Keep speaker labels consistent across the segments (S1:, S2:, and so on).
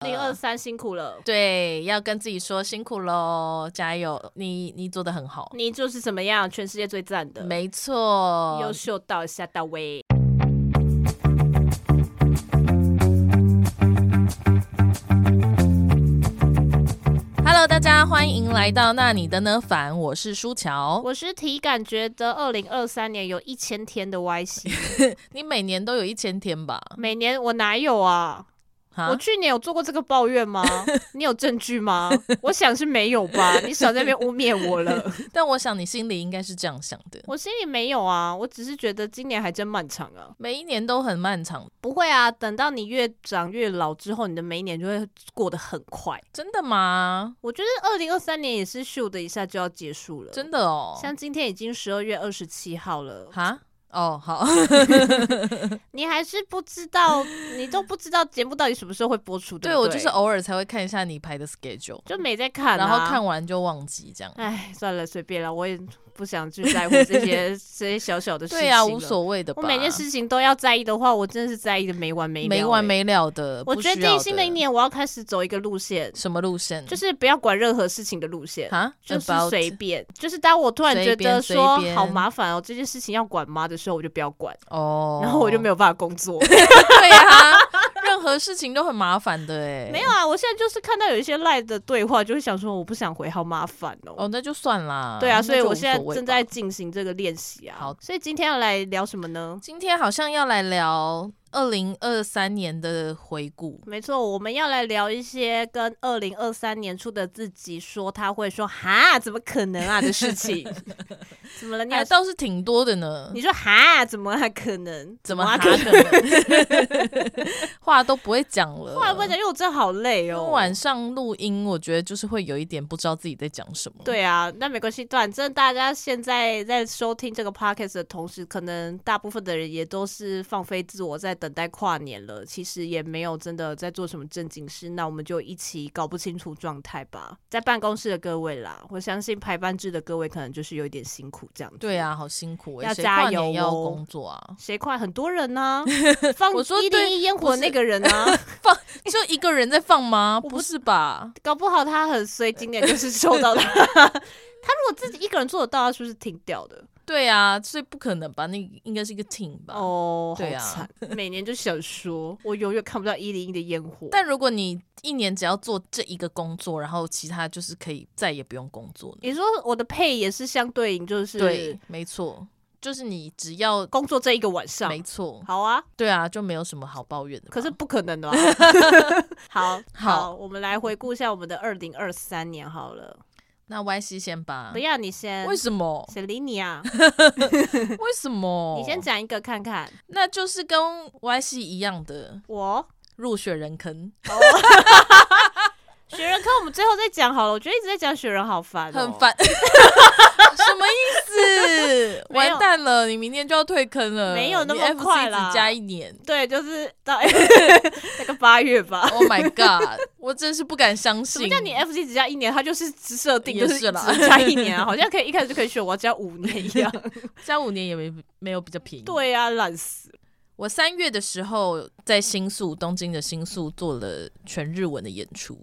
S1: 零二三辛苦了，
S2: 对，要跟自己说辛苦喽，加油！你你做的很好，
S1: 你就是怎么样，全世界最赞的，
S2: 没错，
S1: 优秀到下到位。
S2: Hello，大家欢迎来到那你的呢凡，我是舒乔。
S1: 我是体感觉得二零二三年有一千天的 Y 型，
S2: 你每年都有一千天吧？
S1: 每年我哪有啊？
S2: 哈
S1: 我，去年有做过这个抱怨 吗？你有证据吗？我想是没有 吧。你少在那边污蔑我了，
S2: 但我想你心里应该是这样想的，
S1: 我心里没有啊，我只是觉得今年还真漫长啊。
S2: 每一年都很漫长，
S1: 不会啊，等到你越长越老之后，你的每一年就会过得很快。
S2: 真的吗？
S1: 我觉得二零二三年也是咻的一下就要结束了，
S2: 真的哦，
S1: 像今天已经十二月二十七号了，
S2: 哈，哦，好，
S1: 你还是不知 道，你都不知道节目到底什么时候会播出。
S2: 对
S1: 不
S2: 我就是偶尔才会看一下你排的 schedule，
S1: 就没在看、啊
S2: 然后，看完就忘记这样。
S1: 哎，算了，随便了，我也不想去在乎这 些这些小小的事情。
S2: 对啊，无。所谓的吧。
S1: 我每件事情都要在意的话，我真的是在意的没完没了、
S2: 没完
S1: 哎。
S2: 没了的。
S1: 我
S2: 不
S1: 决
S2: 需要
S1: 定新的一嗯年我要开始走一个路线，
S2: 什么路线？
S1: 就是不要管任何事情的路线。
S2: 啊，
S1: 就是随
S2: about
S1: 便，就是当我突然觉
S2: 随便
S1: 得
S2: 随
S1: 说
S2: 便
S1: 好麻烦哦，这件事情要管吗的时候，我就不要管，
S2: 哦，
S1: 然后我就 没有办法工作。
S2: 对 啊，任何事情都很麻烦的哎。
S1: 没有啊，我现在就是看到有一些赖的对话，就会想说我不想回，好麻烦哦。
S2: 哦，那就算啦。
S1: 对啊，
S2: 那
S1: 所以
S2: 就
S1: 我
S2: 无
S1: 现在
S2: 所谓
S1: 正
S2: 吧
S1: 在进行这个练习啊。
S2: 好，
S1: 所以今天要来聊什么呢？
S2: 今天好像要来聊二零二三年的回顾。
S1: 没错，我们要来聊一些跟二零二三年初的自己说他会说哈，怎么可能啊的事情。 怎么了？你
S2: 哎，
S1: 还
S2: 倒是挺多的呢
S1: 你，说哈，怎么还可能？
S2: 怎么
S1: 还
S2: 哈
S1: 可能？
S2: 可能？ 话都不会讲了，
S1: 后来问讲，因为我真的好累
S2: 因
S1: 哦
S2: 为。晚上录音，我觉得就是会有一点不知道自己在讲什么。，
S1: 对啊，那没关系，反正大家现在在收听这个 podcast 的同时，可能大部分的人也都是放飞自我，在等待跨年了。其实也没有真的在做什么正经事，那我们就一起搞不清楚状态吧。在办公室的各位啦，我相信排班制的各位可能就是有一点辛苦这样子。
S2: 对，啊，好辛苦哎，
S1: 要
S2: 谁
S1: 加
S2: 跨年
S1: 油
S2: 要
S1: 哦
S2: 工作啊，
S1: 谁快？很多人呢、放
S2: 我说
S1: 一零
S2: 对
S1: 一烟
S2: 不
S1: 火
S2: 是
S1: 那个人 呢、
S2: 就一个人在放吗？
S1: 我不
S2: 不是吧？
S1: 搞不好他很随今年就是收 到他。他如果自己一个人做得到，他是不是挺屌的？
S2: 对啊，所以不可能吧？那应该是一个 team 吧？
S1: 哦，好
S2: 对啊
S1: 惨！每年就想 说，我永远看不到一零一的烟火。
S2: 但如果你一年只要做这一个工作，然后其他就是可以再也不用工作呢？
S1: 你说我的配也是相对应，就是
S2: 对，没错，就是你只要
S1: 工作这一个晚上，
S2: 没错，
S1: 好啊，
S2: 对啊，就没有什么好抱怨的吧。
S1: 可是不可能的、 啊。好
S2: 好
S1: 我们来回顾一下我们的二零二三年好了。
S2: 那 Y C 先吧
S1: 不，要你先，
S2: 为什么？
S1: 谁理你啊？
S2: 为什 么？
S1: 你先，讲一个看看。
S2: 那就是跟 Y C 一样的
S1: 我
S2: 入雪人坑，
S1: 雪人课我们最后再讲好了。我觉得一直在讲雪人好烦、哦，
S2: 很。 烦。什么意思？
S1: 没有
S2: 完蛋了，你明天就要退坑了。
S1: 没有那
S2: 你
S1: 么
S2: FC
S1: 快啦
S2: 只加一年。
S1: 对，就是 到那个八月吧。
S2: Oh my god！我 真是不敢相
S1: 什
S2: 信。
S1: 么叫你 FC 只加一年？它就是设定就
S2: 也
S1: 是
S2: 是啦
S1: 只 加一年啊，好像可以一开始就可以选我要加五年一 样。
S2: 加五年也没没有比较便宜。，
S1: 对呀、啊，懒死了。
S2: 我三月的时候在新宿东京的新宿做了全日文的演出，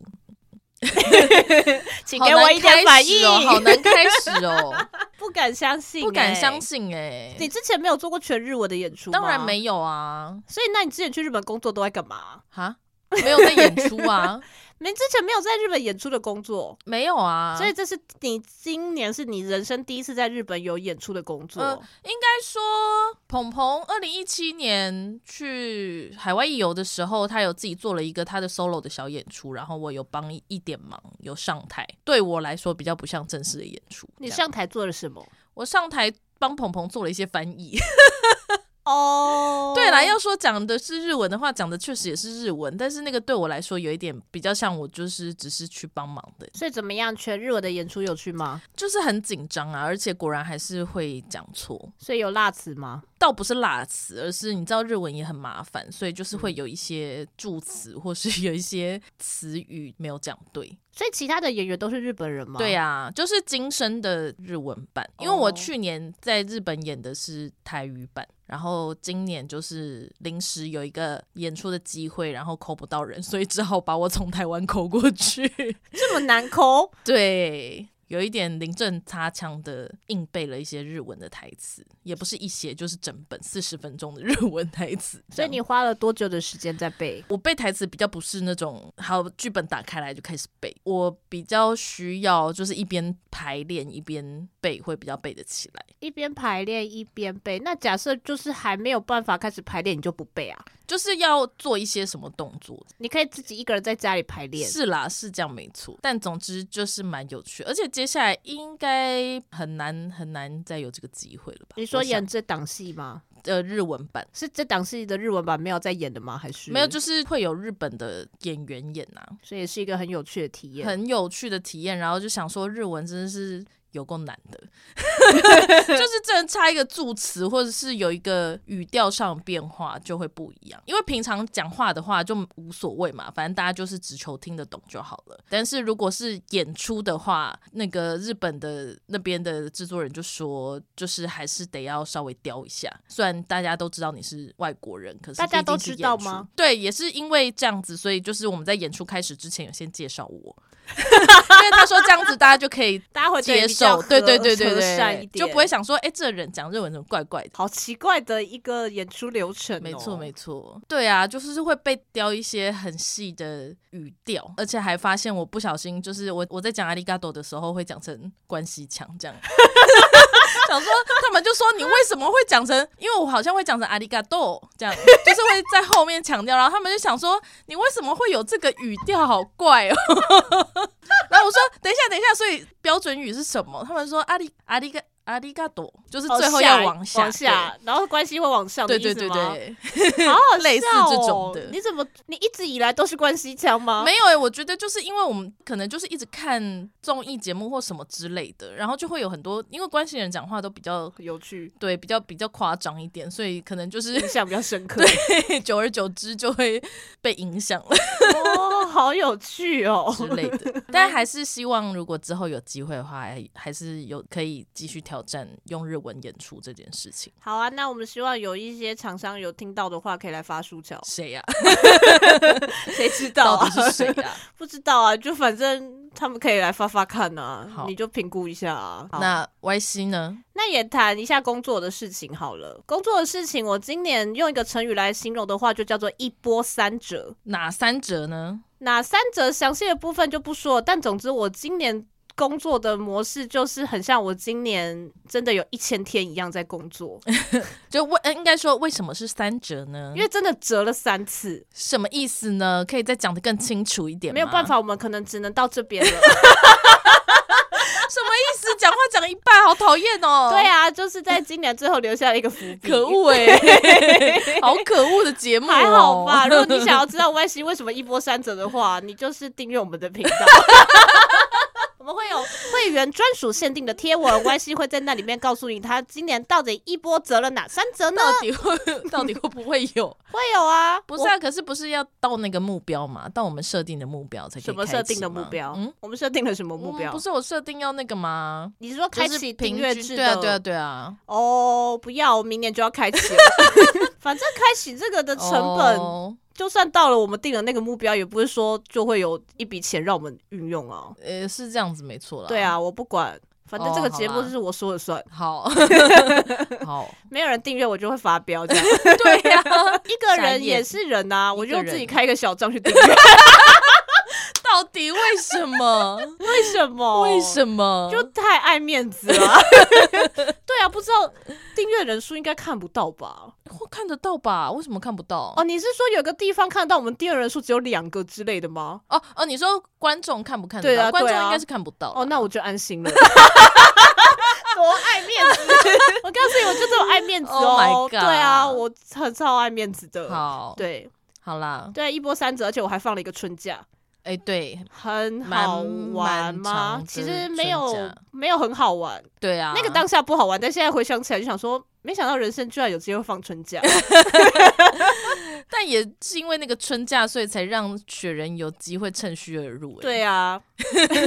S1: 请
S2: 好
S1: 给
S2: 难
S1: 我一点
S2: 开
S1: 反
S2: 始
S1: 应，
S2: 哦，好难开始哦，
S1: 不敢相信、欸
S2: 不敢相
S1: 信。
S2: 信哎、
S1: 你之前没有做过全日文的演出？
S2: 当然。没有啊，
S1: 所以，那你之前去日本工作都在干嘛？
S2: 哈，没有在演出 啊，
S1: 你之前没有在日本演出的工作，
S2: 没有啊，
S1: 所以
S2: 应
S1: 这是你今年是你人生第一次在日本有演出的工作。
S2: 呃该说鹏鹏二零一七年去海外一游的时候，他有自己做了一个他的 solo 的小演出，然后我有帮一一点忙，有上台，对我来说比较不像正式的演出，
S1: 你
S2: 这样
S1: 上台做了什么？
S2: 我上台帮鹏鹏做了一些翻译。
S1: 哦
S2: 对啦，要说讲的是日文的话，讲的确实也是日文，但是那个对我来说有一点比较像我就是只是去帮忙的，
S1: 所以怎么样？全日文的演出有去吗？
S2: 就是很紧张啊，而且果然还是会讲错。
S1: 所以有辣词吗？
S2: 倒不是辣词，而是你知道日文也很麻烦，所以就是
S1: 嗯
S2: 会有一些助词或是有一些词语没有讲对。
S1: 所以其他的演员都是日本人吗？
S2: 对、啊，就是今生的日文版，因为
S1: 哦
S2: 我去年在日本演的是台语版，然后今年就是临时有一个演出的机会，然后抠不到人，所以只好把我从台湾抠过去。
S1: 这么难抠，
S2: 对，有一点临阵擦枪的硬背了一些日文的台词，也不是一些，就是整本四十分钟的日文台词。
S1: 所以你
S2: 这样
S1: 花了多久的时间在背？
S2: 我背台词比较不是那种好剧本打开来就开始背，我比较需要就是一边排练一边背，会比较背得起来。
S1: 一边排练一边背。那假设就是还没有办法开始排练，你就不背啊？
S2: 就是要做一些什么动作，
S1: 你可以自己一个人在家里排练。
S2: 是啦，是这样没错。但总之就是蛮有趣，而且接下来应该很难很难再有这个机会了吧？
S1: 你说
S2: 啊我想
S1: 演这档戏吗？
S2: 呃日文版
S1: 是这档戏的日文版没有在演的吗？还是
S2: 没有，就是会有日本的演员演啊，
S1: 所以是一个很有趣的体验。
S2: 很有趣的体验。然后就想说，日文真的是有够难的， 就是真的差一个助词，或者是有一个语调上的变化就会不一样。因为平常讲话的话就无所谓嘛，反正大家就是只求听得懂就好了。但是如果是演出的话，那个日本的那边的制作人就说，就是还是得要稍微雕一下。虽然大家都知道你是外国人，可是
S1: 大家
S2: 毕竟
S1: 都
S2: 是
S1: 知
S2: 演
S1: 道
S2: 出
S1: 吗？
S2: 对，也是因为这样子，所以就是我们在演出开始之前有先介绍我。 因为他说这样子大家就可以
S1: 大家会觉得
S2: 接
S1: 比较
S2: 受，对对对对
S1: 和和善一
S2: 对，
S1: 点
S2: 就不会想说，哎、这人讲日文怎么怪怪的？
S1: 好奇怪的一个演出流程哦、
S2: 没错没错，对啊，就是会被雕一些很细的语调，而且还发现我不小心，就是我我在讲阿里嘎多的时候会讲成关西腔这样。 想说他们就说你为什么会讲成？因为我好像会讲成阿里嘎多这样，就是会在后面强调，然后他们就想说你为什么会有这个语调，好怪哦。 然后我说等一下等一下，所以标准语是什么？他们说阿里阿里嘎阿里嘎多，就是
S1: 哦，
S2: 最后要往下
S1: 往下，然后关系会往上的
S2: 对
S1: 意思
S2: 对
S1: 吗，
S2: 对对对。
S1: 好好、笑
S2: 类似这种
S1: 哦
S2: 的
S1: 你怎么你一直以来都是关西腔吗？
S2: 没有哎、我觉得就是因为我们可能就是一直看综艺节目或什么之类的，然后就会有很多，因为关系人讲话都比较
S1: 有趣，
S2: 对比较比较夸张一点，所以可能就是
S1: 印象比较深刻。
S2: 久而久之就会 被影响了
S1: 哦，好有趣哦。
S2: 之类的。 但还是希望如果之后有机会的话，还还是有可以继续挑战用日文演出这件事情。。
S1: 好啊，那我们希望有一些厂商有听到的话，可以来发书条
S2: 谁呀、
S1: 谁知道
S2: 哦 到
S1: 啊
S2: 底？是谁呀、
S1: 不知道啊，就反正他们可以来发发看啊
S2: 好，
S1: 你就评估一下啊。好
S2: 那 Y C 呢？
S1: 那也谈一下工作的事情好了。工作的事情，我今年用一个成语来形容的话，就叫做一波三折。
S2: 哪三折呢？
S1: 哪三折详细的部分就不说了，但总之我今年工作的模式就是很像我今年真的有一千天一样在工作，
S2: 就为呃应该说为什么是三折呢？
S1: 因为真的折了三次，
S2: 什么意思呢？可以再讲的更清楚一点吗
S1: 没有办，法，我们可能只能到这边 了。
S2: 啊什么意思？讲话讲一半，好讨厌 哦！
S1: 对啊，就是在今年最后留下了一个伏笔。
S2: 可恶哎，好可恶的节目、哦，
S1: 还好吧，如果你 想要知道 Y C 为什么一波三折的话，你就是订阅我们的频道。 我们会有会员专属限定的贴文，Y C 会在那里面告诉你他今年到底一波折了哪三折呢？
S2: 到底会到底会不会有？
S1: 会有啊，
S2: 不是啊，可是不是要到那个目标嘛？到我们设定的目标才可以
S1: 什么
S2: 开启
S1: 设定的
S2: 吗
S1: 目标？
S2: 嗯，
S1: 我们设定了什么目标？
S2: 嗯不是我设定要那个吗？
S1: 你是说
S2: 就
S1: 开
S2: 是
S1: 启
S2: 平
S1: 订阅
S2: 均
S1: 制
S2: 对
S1: 的？
S2: 啊，对啊，对啊。
S1: 哦，不要，我明年就要开启了。 反正开启这个的成本，
S2: 哦
S1: 就算到了我们定的那个目标，也不是说就会有一笔钱让我们运用啊。
S2: 呃，是这样子没错啦。
S1: 对，啊，我不管，反正
S2: 哦
S1: 这个节
S2: 好
S1: 目
S2: 啦
S1: 就是我说了算，
S2: 好， 好，
S1: 没有人订阅我就会发飙 这样。
S2: 对啊呀、
S1: 一个
S2: 傻
S1: 人
S2: 眼
S1: 也是人呐、我
S2: 一
S1: 就
S2: 个
S1: 自己
S2: 人
S1: 开一个小账去订阅，
S2: 到底为什么？
S1: 为什么？
S2: 为什么？
S1: 哦就太爱面子了。 对啊，不知道订阅人数应该看不到吧？
S2: 会看得到吧？为什么看不到？
S1: 哦，你是说有个地方看到我们订阅人数只有两个之类的吗？
S2: 哦哦，你说观众看不看得
S1: 对
S2: 到？
S1: 啊
S2: 观众
S1: 对啊
S2: 应该是看不到啦。
S1: 哦，那我就安心 了。多爱面子！ 我告诉你，我就这么爱面子
S2: Oh
S1: 哦。
S2: my god
S1: 对啊，我很超爱面子的。
S2: 好，
S1: 哦对
S2: 好啦，
S1: 对，一波三折，而且我还放了一个春假。
S2: 哎、哎、对
S1: 很
S2: 蛮
S1: 好玩
S2: 漫长
S1: 吗
S2: 的？
S1: 其实没有
S2: 挣扎，
S1: 没有很好玩。
S2: 对啊，
S1: 那个当下不好玩，但现在回想起来就想说，没想到人生居然有机会放春假。
S2: 但也是因为那个春假，所以才让雪人有机会趁虚而入、哎
S1: 对 啊，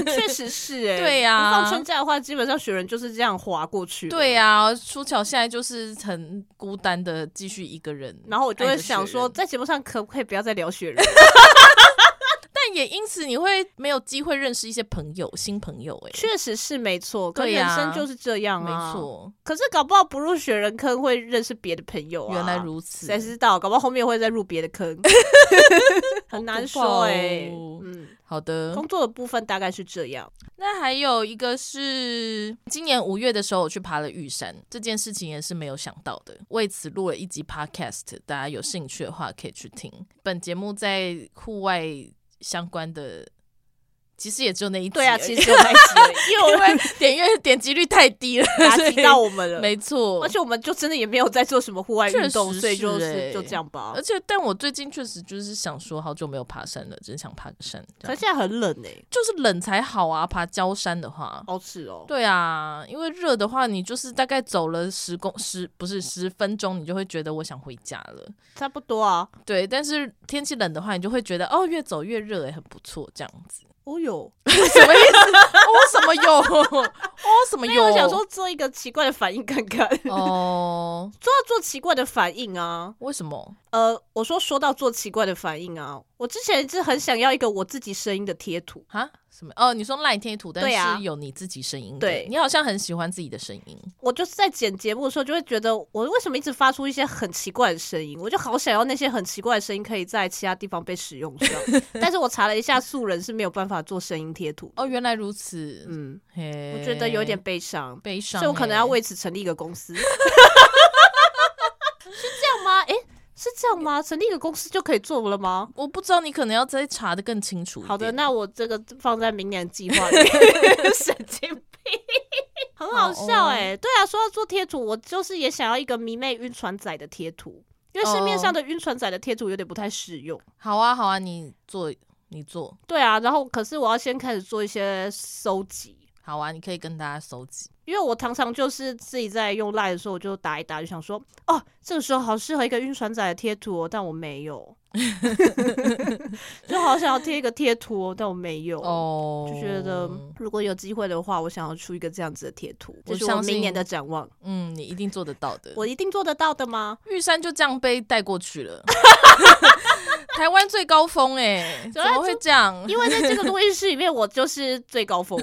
S1: 确实是哎、
S2: 对呀
S1: 不放春假的话，基本上雪人就是这样滑过去。
S2: 对
S1: 呀、
S2: 啊，舒乔现在就是很孤单的，继续一个人。
S1: 然后我就会想说，
S2: 但
S1: 在节目上可不可以不要再聊雪人？
S2: 但也因此你会没有机会认识一些朋友，新朋友、哎、
S1: 确实是没错，可
S2: 对
S1: 人
S2: 呀
S1: 生就是这样啊。
S2: 没。错，
S1: 可是搞不好不入雪人坑会认识别的朋友啊。
S2: 原来如此，
S1: 谁知道？搞不好后面会再入别的 坑，很难说哎、
S2: 好可怕哦
S1: 嗯，
S2: 好的。
S1: 工作的部分大概是这样。
S2: 那还有一个是今年五月的时候，我去爬了玉山，这件事情也是没有想到的。为此录了一集 podcast，大家有兴趣的话可以去听。本节目在户外相关的，其实也只有那一集而已。
S1: 对啊，其实 我太急了，因为
S2: 因
S1: 我们
S2: 为 点阅点击率太低了，
S1: 打
S2: 所以
S1: 击到我们了。
S2: 没错
S1: 而。且我们就真的也没有在做什么户外运动，
S2: 确实是
S1: 所以就是、
S2: 欸
S1: 就这样吧
S2: 而。且，但我最近确实就是想说，好久没有爬山了，真想爬个山。这
S1: 可是现
S2: 样
S1: 在很冷哎、
S2: 就是冷才好啊，爬焦山的话。
S1: 好吃哦。
S2: 对啊，因为热的话，你就是大概走了十公十不是十分钟，你就会觉得我想回家了。
S1: 差不多啊。
S2: 对，但是天气冷的话，你就会觉得哦，越走越热，哎，很不错，这样子。
S1: 哦哟，
S2: 什么意思？哦，什么有？ 哦，什么
S1: 因为
S2: 有？
S1: 我想说做一个奇怪的反应看 看，说
S2: 哦，
S1: 到做奇怪的反应啊。
S2: 为什么？
S1: 呃，我说说到做奇怪的反应啊，我之前是很想要一个我自己声音的贴图，
S2: 啊？什么？哦，你说赖贴图，但
S1: 对啊
S2: 是有你自己声音的。
S1: 对
S2: 你好像很喜欢自己的声音。
S1: 我就是在剪节目的时候就会觉得，我为什么一直发出一些很奇怪的声音？我就好想要那些很奇怪的声音可以在其他地方被使 用上。但是我查了一下，素人是没有办法做声音贴图。
S2: 哦，原来如此。
S1: 嗯，
S2: 嘿，
S1: 我觉得有点悲伤，
S2: 悲伤、
S1: 所以我可能要
S2: 欸
S1: 为此成立一个公 司。 是这样吗？诶、是这样吗？成立一个公司就可以做了吗？
S2: 我不知道，你可能要再查的更清楚一点。
S1: 好的，那我这个放在明年计划里。 神经病，很好笑哎、对啊，说到做贴图，我就是也想要一个迷妹晕船仔的贴图，因为市面上的晕船仔的贴图有点不太实用。
S2: 好啊，好啊，你做，你做，
S1: 对啊，然后可是我要先开始做一些搜集。
S2: 好啊，你可以跟大家收集。
S1: 因为我常常就是自己在用 line 的时候，我就打一打，就想说，哦，这个时候好适合一个晕船仔的贴图、哦，但我没有， 就好想要贴一个贴图、哦，但我没有。
S2: 哦，
S1: 就觉得如果有机会的话，我想要出一个这样子的贴图，这
S2: 我
S1: 是我
S2: 相信
S1: 明年的展望。
S2: 嗯，你一定做得到的。
S1: 我一定做得到的吗？
S2: 玉山就这样被带过 去了。台湾最高峰哎、怎么会这样？
S1: 因为在这个录音室里面，我就是最高 峰。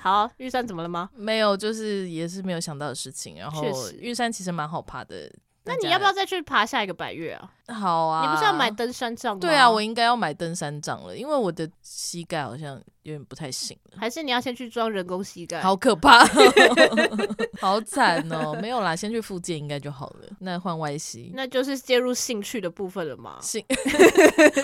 S1: 好，玉山怎么了吗？
S2: 没有，就是也是没有想到的事情。然
S1: 确
S2: 后
S1: 实
S2: 玉山其实蛮好爬的。
S1: 那
S2: 大
S1: 你
S2: 家
S1: 要不要再去爬下一个百月啊？
S2: 好啊？
S1: 你不是要买登山杖吗？
S2: 对啊，我应该要买登山杖了，因为我的膝盖好像有点不太行了，
S1: 还是你要先去装人工膝盖？
S2: 好可 怕，好惨哦！没有啦，先去复健应该就好了。那换外膝，
S1: 那就是介入兴趣的部分了嘛。
S2: 行，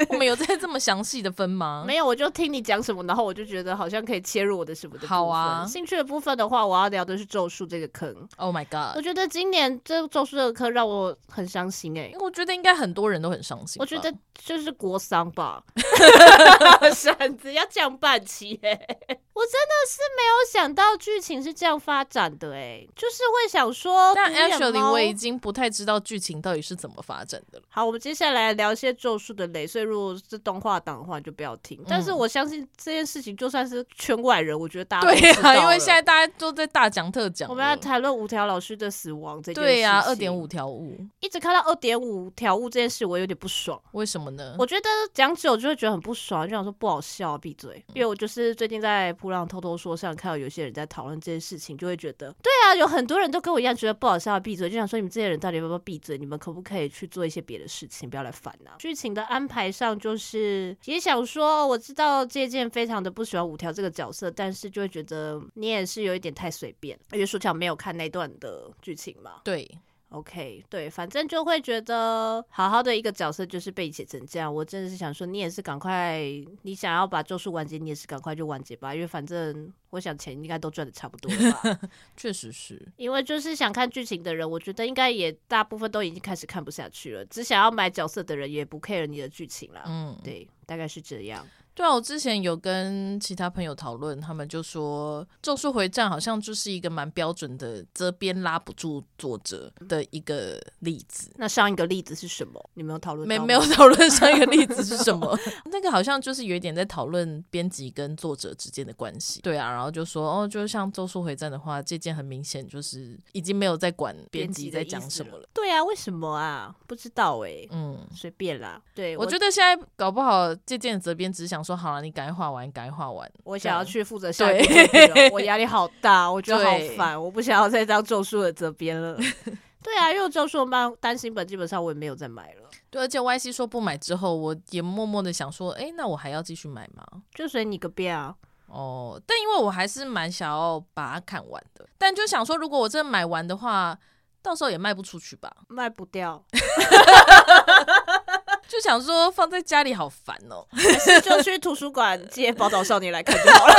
S2: 我们有在这么详细的分吗？
S1: 没有，我就听你讲什么，然后我就觉得好像可以切入我的什么的部分。
S2: 好啊
S1: 兴趣的部分的话，我要聊的是《咒术》这个坑。
S2: Oh my god！
S1: 我觉得今年这《咒术》这个坑让我很伤心哎、
S2: 我觉得应该很多人都很伤心吧。
S1: 我觉得就是国丧 吧，扇子要降半旗哎、 我真的是没有想到剧情是这样发展的哎、就是会想说，
S2: 但
S1: 独眼
S2: actually
S1: 猫
S2: 我已经不太知道剧情到底是怎么发展的了。
S1: 好，我们接下来聊一些咒术的雷，所以如果是动画党的话，你就不要听。但
S2: 嗯
S1: 是我相信这件事情，就算是圈外人，我觉得大家都
S2: 对
S1: 知道
S2: 啊，因为
S1: 了
S2: 现在大家都在大讲特讲了。
S1: 我们要谈论五条老师的死亡这件事情。
S2: 对呀、二点五，条五，
S1: 一直看到二点五条悟这件事，我有点不爽。
S2: 为什么呢？
S1: 我觉得讲久就会觉得很不爽，就想说不好笑、啊，闭嘴。因为我就是最近在普朗偷偷说上看到有些人在讨论这件事情，就会觉得，对啊，有很多人都跟我一样觉得不好笑、啊，闭嘴，就想说你们这些人到底要不要闭嘴？你们可不可以去做一些别的事情，不要来烦啊？剧情的安排上就是也想说，哦我知道借鉴非常的不喜欢五条这个角色，但是就会觉得你也是有一点太随便，因为舒乔没有看那段的剧情嘛，
S2: 对，
S1: OK，对，反正就会觉得好好的一个角色就是被写成这样，我真的是想说，你也是赶快，你想要把咒术完结，你也是赶快就完结吧，因为反正我想钱应该都赚的差不多了 吧。
S2: 确实是。
S1: 因为就是想看剧情的人，我觉得应该也大部分都已经开始看不下去了，只想要买角色的人也不 care 你的剧情啦。
S2: 嗯，
S1: 对，大概是这样。
S2: 对啊，我之前有跟其他朋友讨论，他们就说《咒术回战》好像就是一个蛮标准的责编拉不住作者的一个例子。
S1: 那上一个例子是什么？你没有讨论到
S2: 没
S1: 吗？
S2: 没有讨论上一个例子是什 么？那个好像就是有一点在讨论编辑跟作者之间的关系。对啊，然后就说哦，就是像《咒术回战》的话，这件很明显就是已经没有在管编辑在讲什么了。
S1: 了？对啊，为什么啊？不知道哎、
S2: 嗯，
S1: 随便啦。对
S2: 我
S1: 我
S2: 觉得现在搞不好这件的责编只是想说，好了，你赶快画完，赶快画完。
S1: 我想要
S2: 对
S1: 去负责下一
S2: 对
S1: 部作品了，我压力好大，我觉得好
S2: 对
S1: 烦，我不想要再当咒术的责编 了。对啊，因为咒术漫单行本基本上我也没有再买了，
S2: 对，而且 Y C 说不买之后，我也默默的想说，哎，那我还要继续买吗？
S1: 就随你个便啊。
S2: 哦，但因为我还是蛮想要把它看完的，但就想说，如果我真的买完的话，到时候也卖不出去吧。
S1: 卖不掉，
S2: 就想说放在家里好烦哦、
S1: 还是就去图书馆借《宝岛少年》来看就好了。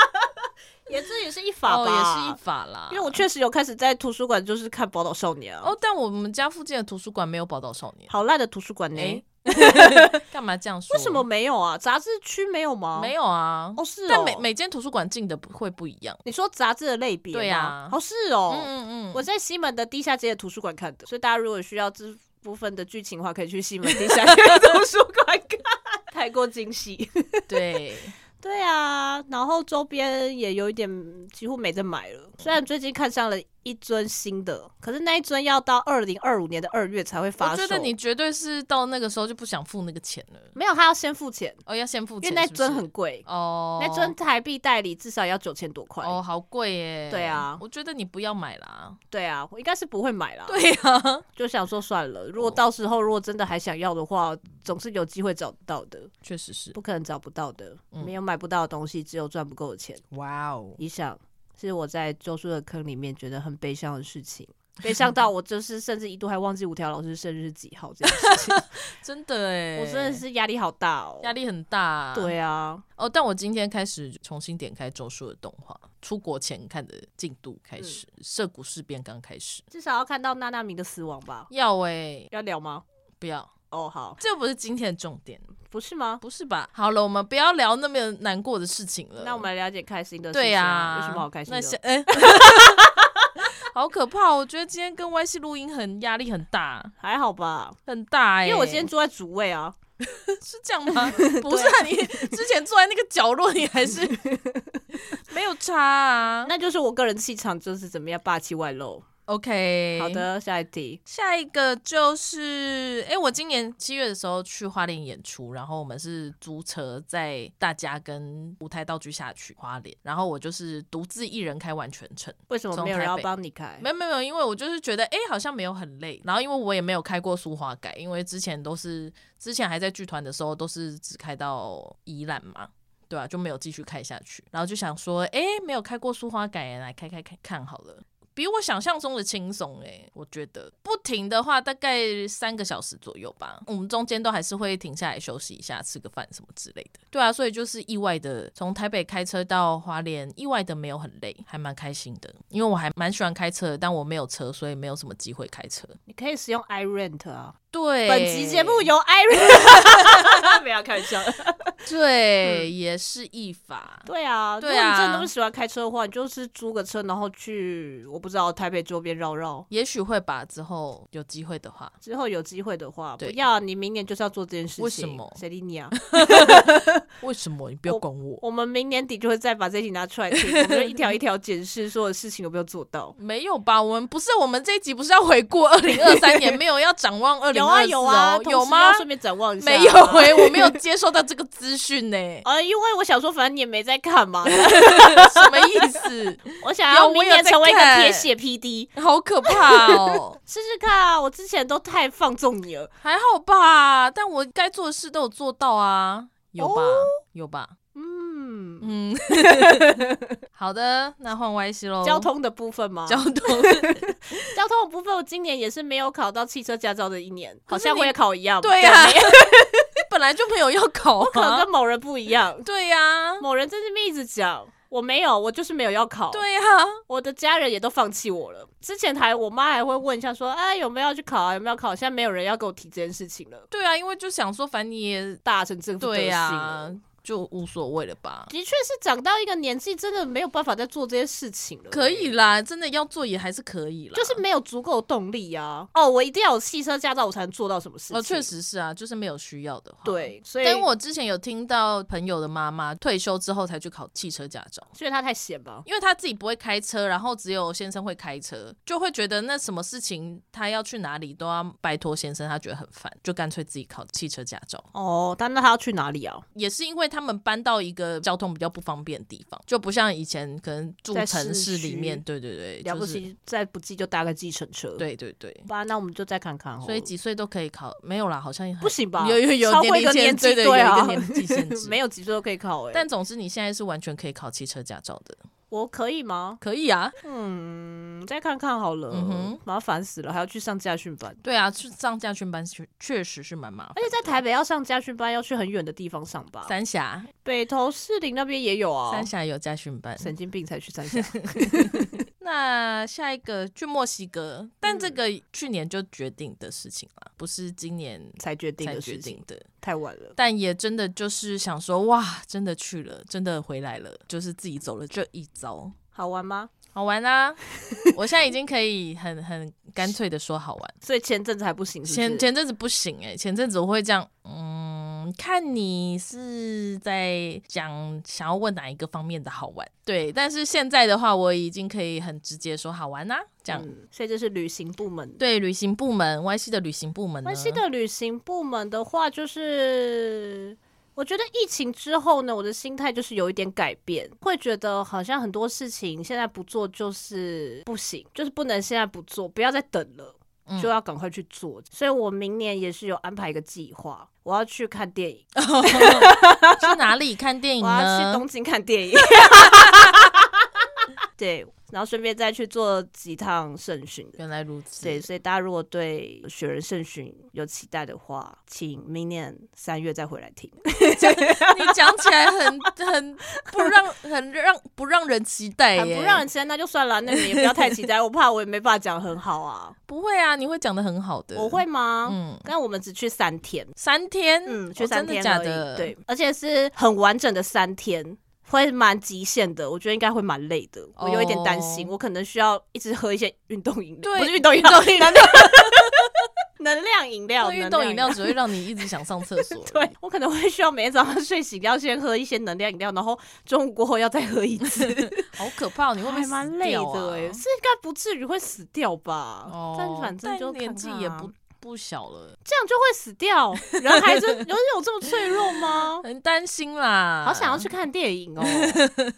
S1: 也这也是一法吧，
S2: 哦，也是一法啦。
S1: 因为我确实有开始在图书馆就是看《宝岛少年》啊，
S2: 哦，但我们家附近的图书馆没有《宝岛少年
S1: 好烂的图书馆》呢、
S2: 哎、干嘛这样
S1: 嗯
S2: 说？
S1: 为什么没有啊？杂志区没有吗？
S2: 没有啊？
S1: 哦，是哦。
S2: 但每每间图书馆进的不会不一样。
S1: 你说杂志的类别吗
S2: 对啊
S1: 哦是哦。
S2: 嗯嗯
S1: 我
S2: 嗯，
S1: 在西门的地下街的图书馆看的，所以大家如果需要这部分的剧情的话，可以去西门地 下街的图书馆看， 太过惊喜。
S2: 对，
S1: 对啊，然后周边也有一点几乎没在买了，虽然最近看上了一尊新的，可是那一尊要到二零二五年的二月才会发
S2: 我
S1: 售。
S2: 觉得你绝对是到那个时候就不想付那个钱了。
S1: 没有，他要先付钱，
S2: 哦，要先付
S1: 因
S2: 钱
S1: 为那
S2: 是不是，
S1: 尊很贵，
S2: 哦，
S1: 那尊台币代理至少要九千多块。
S2: 哦好贵耶。
S1: 对啊
S2: 我觉得你不要买啦。
S1: 对啊，我应该是不会买啦。
S2: 对啊，
S1: 就想说算了，如果到时候如果真的还想要的话，总是有机会找到的，
S2: 确实是。
S1: 不可能找不到的。
S2: 嗯
S1: 没有买不到的东西，只有赚不够的钱。
S2: 哇哦，
S1: 以上是我在周叔的坑里面觉得很悲伤的事 情，悲伤到我就是甚至一度还忘记五条老师生日是几号这 件事情，
S2: 真的哎，
S1: 我真的是压力好大哦。
S2: 压力很大。
S1: 对啊，
S2: 哦，但我今天开始重新点开周叔的动画，出国前看的进度
S1: 嗯
S2: 开始，涉谷事变刚开始。
S1: 至少要看到娜娜米的死亡吧？
S2: 要哎、
S1: 要聊吗？
S2: 不要，
S1: 哦，好，
S2: 这不是今天的重点，
S1: 不是吗？
S2: 不是吧？好了，我们不要聊那么难过的事情了。
S1: 那我们来了解开心的事情、啊
S2: 对呀、
S1: 有什么好开心
S2: 那些
S1: 的？
S2: 哎， 好可怕！哦我觉得今天跟 Y C 录音很压力很大，
S1: 还好吧，
S2: 很大哎、
S1: 因为我今天坐在主位啊。
S2: 是这样 吗？不是、啊，你之前坐在那个角落，你还是没有差啊。
S1: 那就是我个人气场就是怎么样霸气外露。
S2: OK，
S1: 好的，下一题。
S2: 下一个就是，哎、我今年七月的时候去花莲演出，然后我们是租车在大家跟舞台道具下去花莲，然后我就是独自一人开完全程，
S1: 为什么没有人要帮你开？
S2: 没有没有没有，因为我就是觉得，哎、好像没有很累，然后因为我也没有开过苏花改，因为之前都是之前还在剧团的时候都是只开到宜兰嘛。对啊，就没有继续开下去，然后就想说，哎，没有开过苏花改，来开开看看好了。比我想象中的轻松诶，我觉得不停的话大概三个小时左右吧，我们中间都还是会停下来休息一下，吃个饭什么之类的。对啊，所以就是意外的从台北开车到花莲，意外的没有很累，还蛮开心的，因为我还蛮喜欢开车的，但我没有车，所以没有什么机会开车。
S1: 你可以使用 iRent 啊。
S2: 对，
S1: 本集节目由 iRent，没 有开玩笑。
S2: 对、也是一法，
S1: 对 啊，
S2: 对啊
S1: 如果你真的那么喜欢开车的话，你就是租个车，然后去我不知道台北周边绕绕。
S2: 也许会吧，之后有机会的话。
S1: 之后有机会的话，不
S2: 对
S1: 要啊你明年就是要做这件事情。
S2: 为什么
S1: 谁理你啊？
S2: 为什么你不要管我？
S1: 我们明年底就会再把这题拿出来听，我们就一条一条检视所有事情有没有做到。
S2: 没有吧？我们不是我们这一集不是要回顾二零二三 年，没有要展望二零
S1: 有啊
S2: 二四
S1: 有啊，
S2: 哦，
S1: 同时
S2: 有吗
S1: 要？顺便展望一下。啊
S2: 没有哎、我没有接收到这个资讯呢，
S1: 呃，因为我想说，反正你也没在看 嘛，
S2: 什么意思？
S1: 我想要
S2: 有
S1: 明
S2: 我有
S1: 年
S2: 在
S1: 成为一个
S2: 看
S1: 铁血 PD，
S2: 好可怕哦！
S1: 试试看啊！我之前都太放纵你了，
S2: 还好吧，但我该做的事都有做到啊，有吧？
S1: 哦
S2: 有吧？
S1: 嗯，
S2: 嗯， 好的，那换 Y C 喽。
S1: 交通的部分吗？
S2: 交 通，
S1: 交通的部分，我今年也是没有考到汽车驾照的一年，好
S2: 可是
S1: 像我
S2: 你
S1: 也考一样，
S2: 对呀
S1: 没有
S2: 本来就没有要考
S1: 我可能
S2: 啊
S1: 跟。某人不一样，
S2: 对呀、
S1: 某人在这边一直讲我没有，我就是没有要考。
S2: 对呀、
S1: 我的家人也都放弃我了。之前还我妈还会问一下说，哎，有没有要去考啊？有没有要考？现在没有人要跟我提这件事情了，
S2: 对啊，因为就想说，反正你也
S1: 大成政府德
S2: 对啊
S1: 行
S2: 呀、
S1: 了。
S2: 就无所谓了吧。
S1: 的确是长到一个年纪，真的没有办法再做这些事情了。
S2: 可以啦，真的要做也还是可以啦。
S1: 就是没有足够的动力啊。哦，我一定要有汽车驾照，我才能做到什么事情。
S2: 哦，确。实是啊，就是没有需要的话。。
S1: 对，所以
S2: 但我之前有听到朋友的妈妈退休之后才去考汽车驾照，
S1: 所以他太闲吧。
S2: 因为她自己不会开车，然后只有先生会开车，就会觉得那什么事情她要去哪里都要拜托先生，她觉得很烦，就干脆自己考汽车驾照。
S1: 哦，但那他要去哪里啊？
S2: 也是因为他们搬到一个交通比较不方便的地方，就不像以前可能住
S1: 在市
S2: 城市
S1: 区
S2: 里面，对对对，
S1: 了不
S2: 就是，
S1: 起，再不济就搭个计程车。，
S2: 对对对，
S1: 吧，那我们就再看看哦。
S2: 所以几岁都可以考，没有啦，好像也很
S1: 不行吧？
S2: 有有有
S1: 超过一个年
S2: 年龄限
S1: 纪，
S2: 对对
S1: 啊，
S2: 有一个年纪限制
S1: 没有几岁都可以 考哎。
S2: 但总之，你现在是完全可以考汽车驾照的，
S1: 我可以吗？
S2: 可以啊。
S1: 嗯，再看看好了
S2: 嗯哼，
S1: 麻烦死了，还要去上家训班。
S2: 对啊，去上驾训班确确实是蛮麻烦
S1: 而。且在台北要上家训班，要去很远的地方上吧？
S2: 三峡，
S1: 北投士林那边也有啊。
S2: 三峡有驾训班。
S1: 神经病才去三 峡。
S2: 那下一个去墨西哥，但
S1: 嗯
S2: 这个去年就决定的事情了，不是今年
S1: 才决定
S2: 才
S1: 的
S2: 决
S1: 事
S2: 定
S1: 情，
S2: 的。
S1: 太晚了。
S2: 但也真的就是想说，哇，真的去了，真的回来了，就是自己走了这一遭，
S1: 好玩吗？
S2: 好玩啊！ 我现在已经可以很很干脆的说好玩。
S1: 所以前阵子还不行是不是
S2: 前前阵子不行哎、前阵子我会这样，嗯，看你是在讲想要问哪一个方面的好玩，对。但是现在的话，我已经可以很直接说好玩啦、啊这样。
S1: 嗯所以这是旅行部门。
S2: 对旅行部门，Y C 的旅行部门呢
S1: 关系的旅行部门的话，就是我觉得疫情之后呢，我的心态就是有一点改变，会觉得好像很多事情现在不做就是不行，就是不能现在不做，不要再等了
S2: 嗯。
S1: 就要赶快去做，所以我明年也是有安排一个计划，我要去看电影，
S2: 去哪里看电影
S1: 我要去
S2: 呢？
S1: 东京看 电影。对，然后顺便再去做几趟圣训。
S2: 原来如此，
S1: 对，所以大家如果对雪人圣训有期待的话，请明年三月再回来听。
S2: 你讲起来很 很不让很让不让人期待
S1: 很
S2: 耶，
S1: 不让人期待，那就算 了，那你也不要太期待，我怕我也没办法讲很好啊。
S2: 不会啊，你会讲的很好的，
S1: 我会啊吗？
S2: 嗯
S1: 但我们只去三天，
S2: 三天，
S1: 嗯，
S2: 哦
S1: 去三天、
S2: 真的假的？
S1: 对，而且是很完整的三天。会蛮极限的，我觉得应该会蛮累的，我有一点担心
S2: 哦
S1: 我可能需要一直喝一些运动饮料，
S2: 对
S1: 不是运动饮料，能量 能量饮料，
S2: 喝运动
S1: 能
S2: 饮料
S1: 量。
S2: 只会让你一直想上厕所
S1: 对，我可能会需要每天早上睡醒要先喝一些能量饮料，然后中午过后要再喝一次，
S2: 好可怕哦！你会不会
S1: 还
S2: 死
S1: 蛮累
S2: 掉啊
S1: 的哎、是应该不至于会死掉吧？
S2: 哦，
S1: 但反正就
S2: 但年纪
S1: 看看啊
S2: 也不不小了，
S1: 这样就会死掉，人还真人有这么脆弱 吗？
S2: 很担心啦。
S1: 好想要去看电影哦，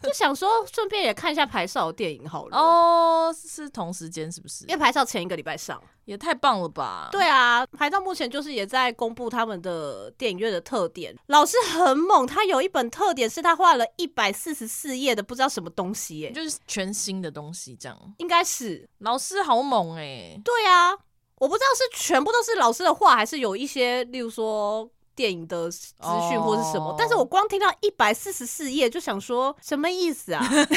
S1: 就想说顺便也看一下排少的电影好了。
S2: 哦，是同时间是不是
S1: 因？为排少前一个礼拜上，
S2: 也太棒了吧！，
S1: 对啊，排到目前就是也在公布他们的电影院的特点。老师很猛，他有一本特点是他画了一百四十四页的不知道什么东西耶、
S2: 就是全新的东西这样。
S1: 应该是
S2: 老师好猛哎、
S1: 对啊，我不知道是全部都是老师的话，还是有一些，例如说电影的资讯或是什么。
S2: 哦
S1: 但是我光听到一百四十四页，就想说什么意思啊？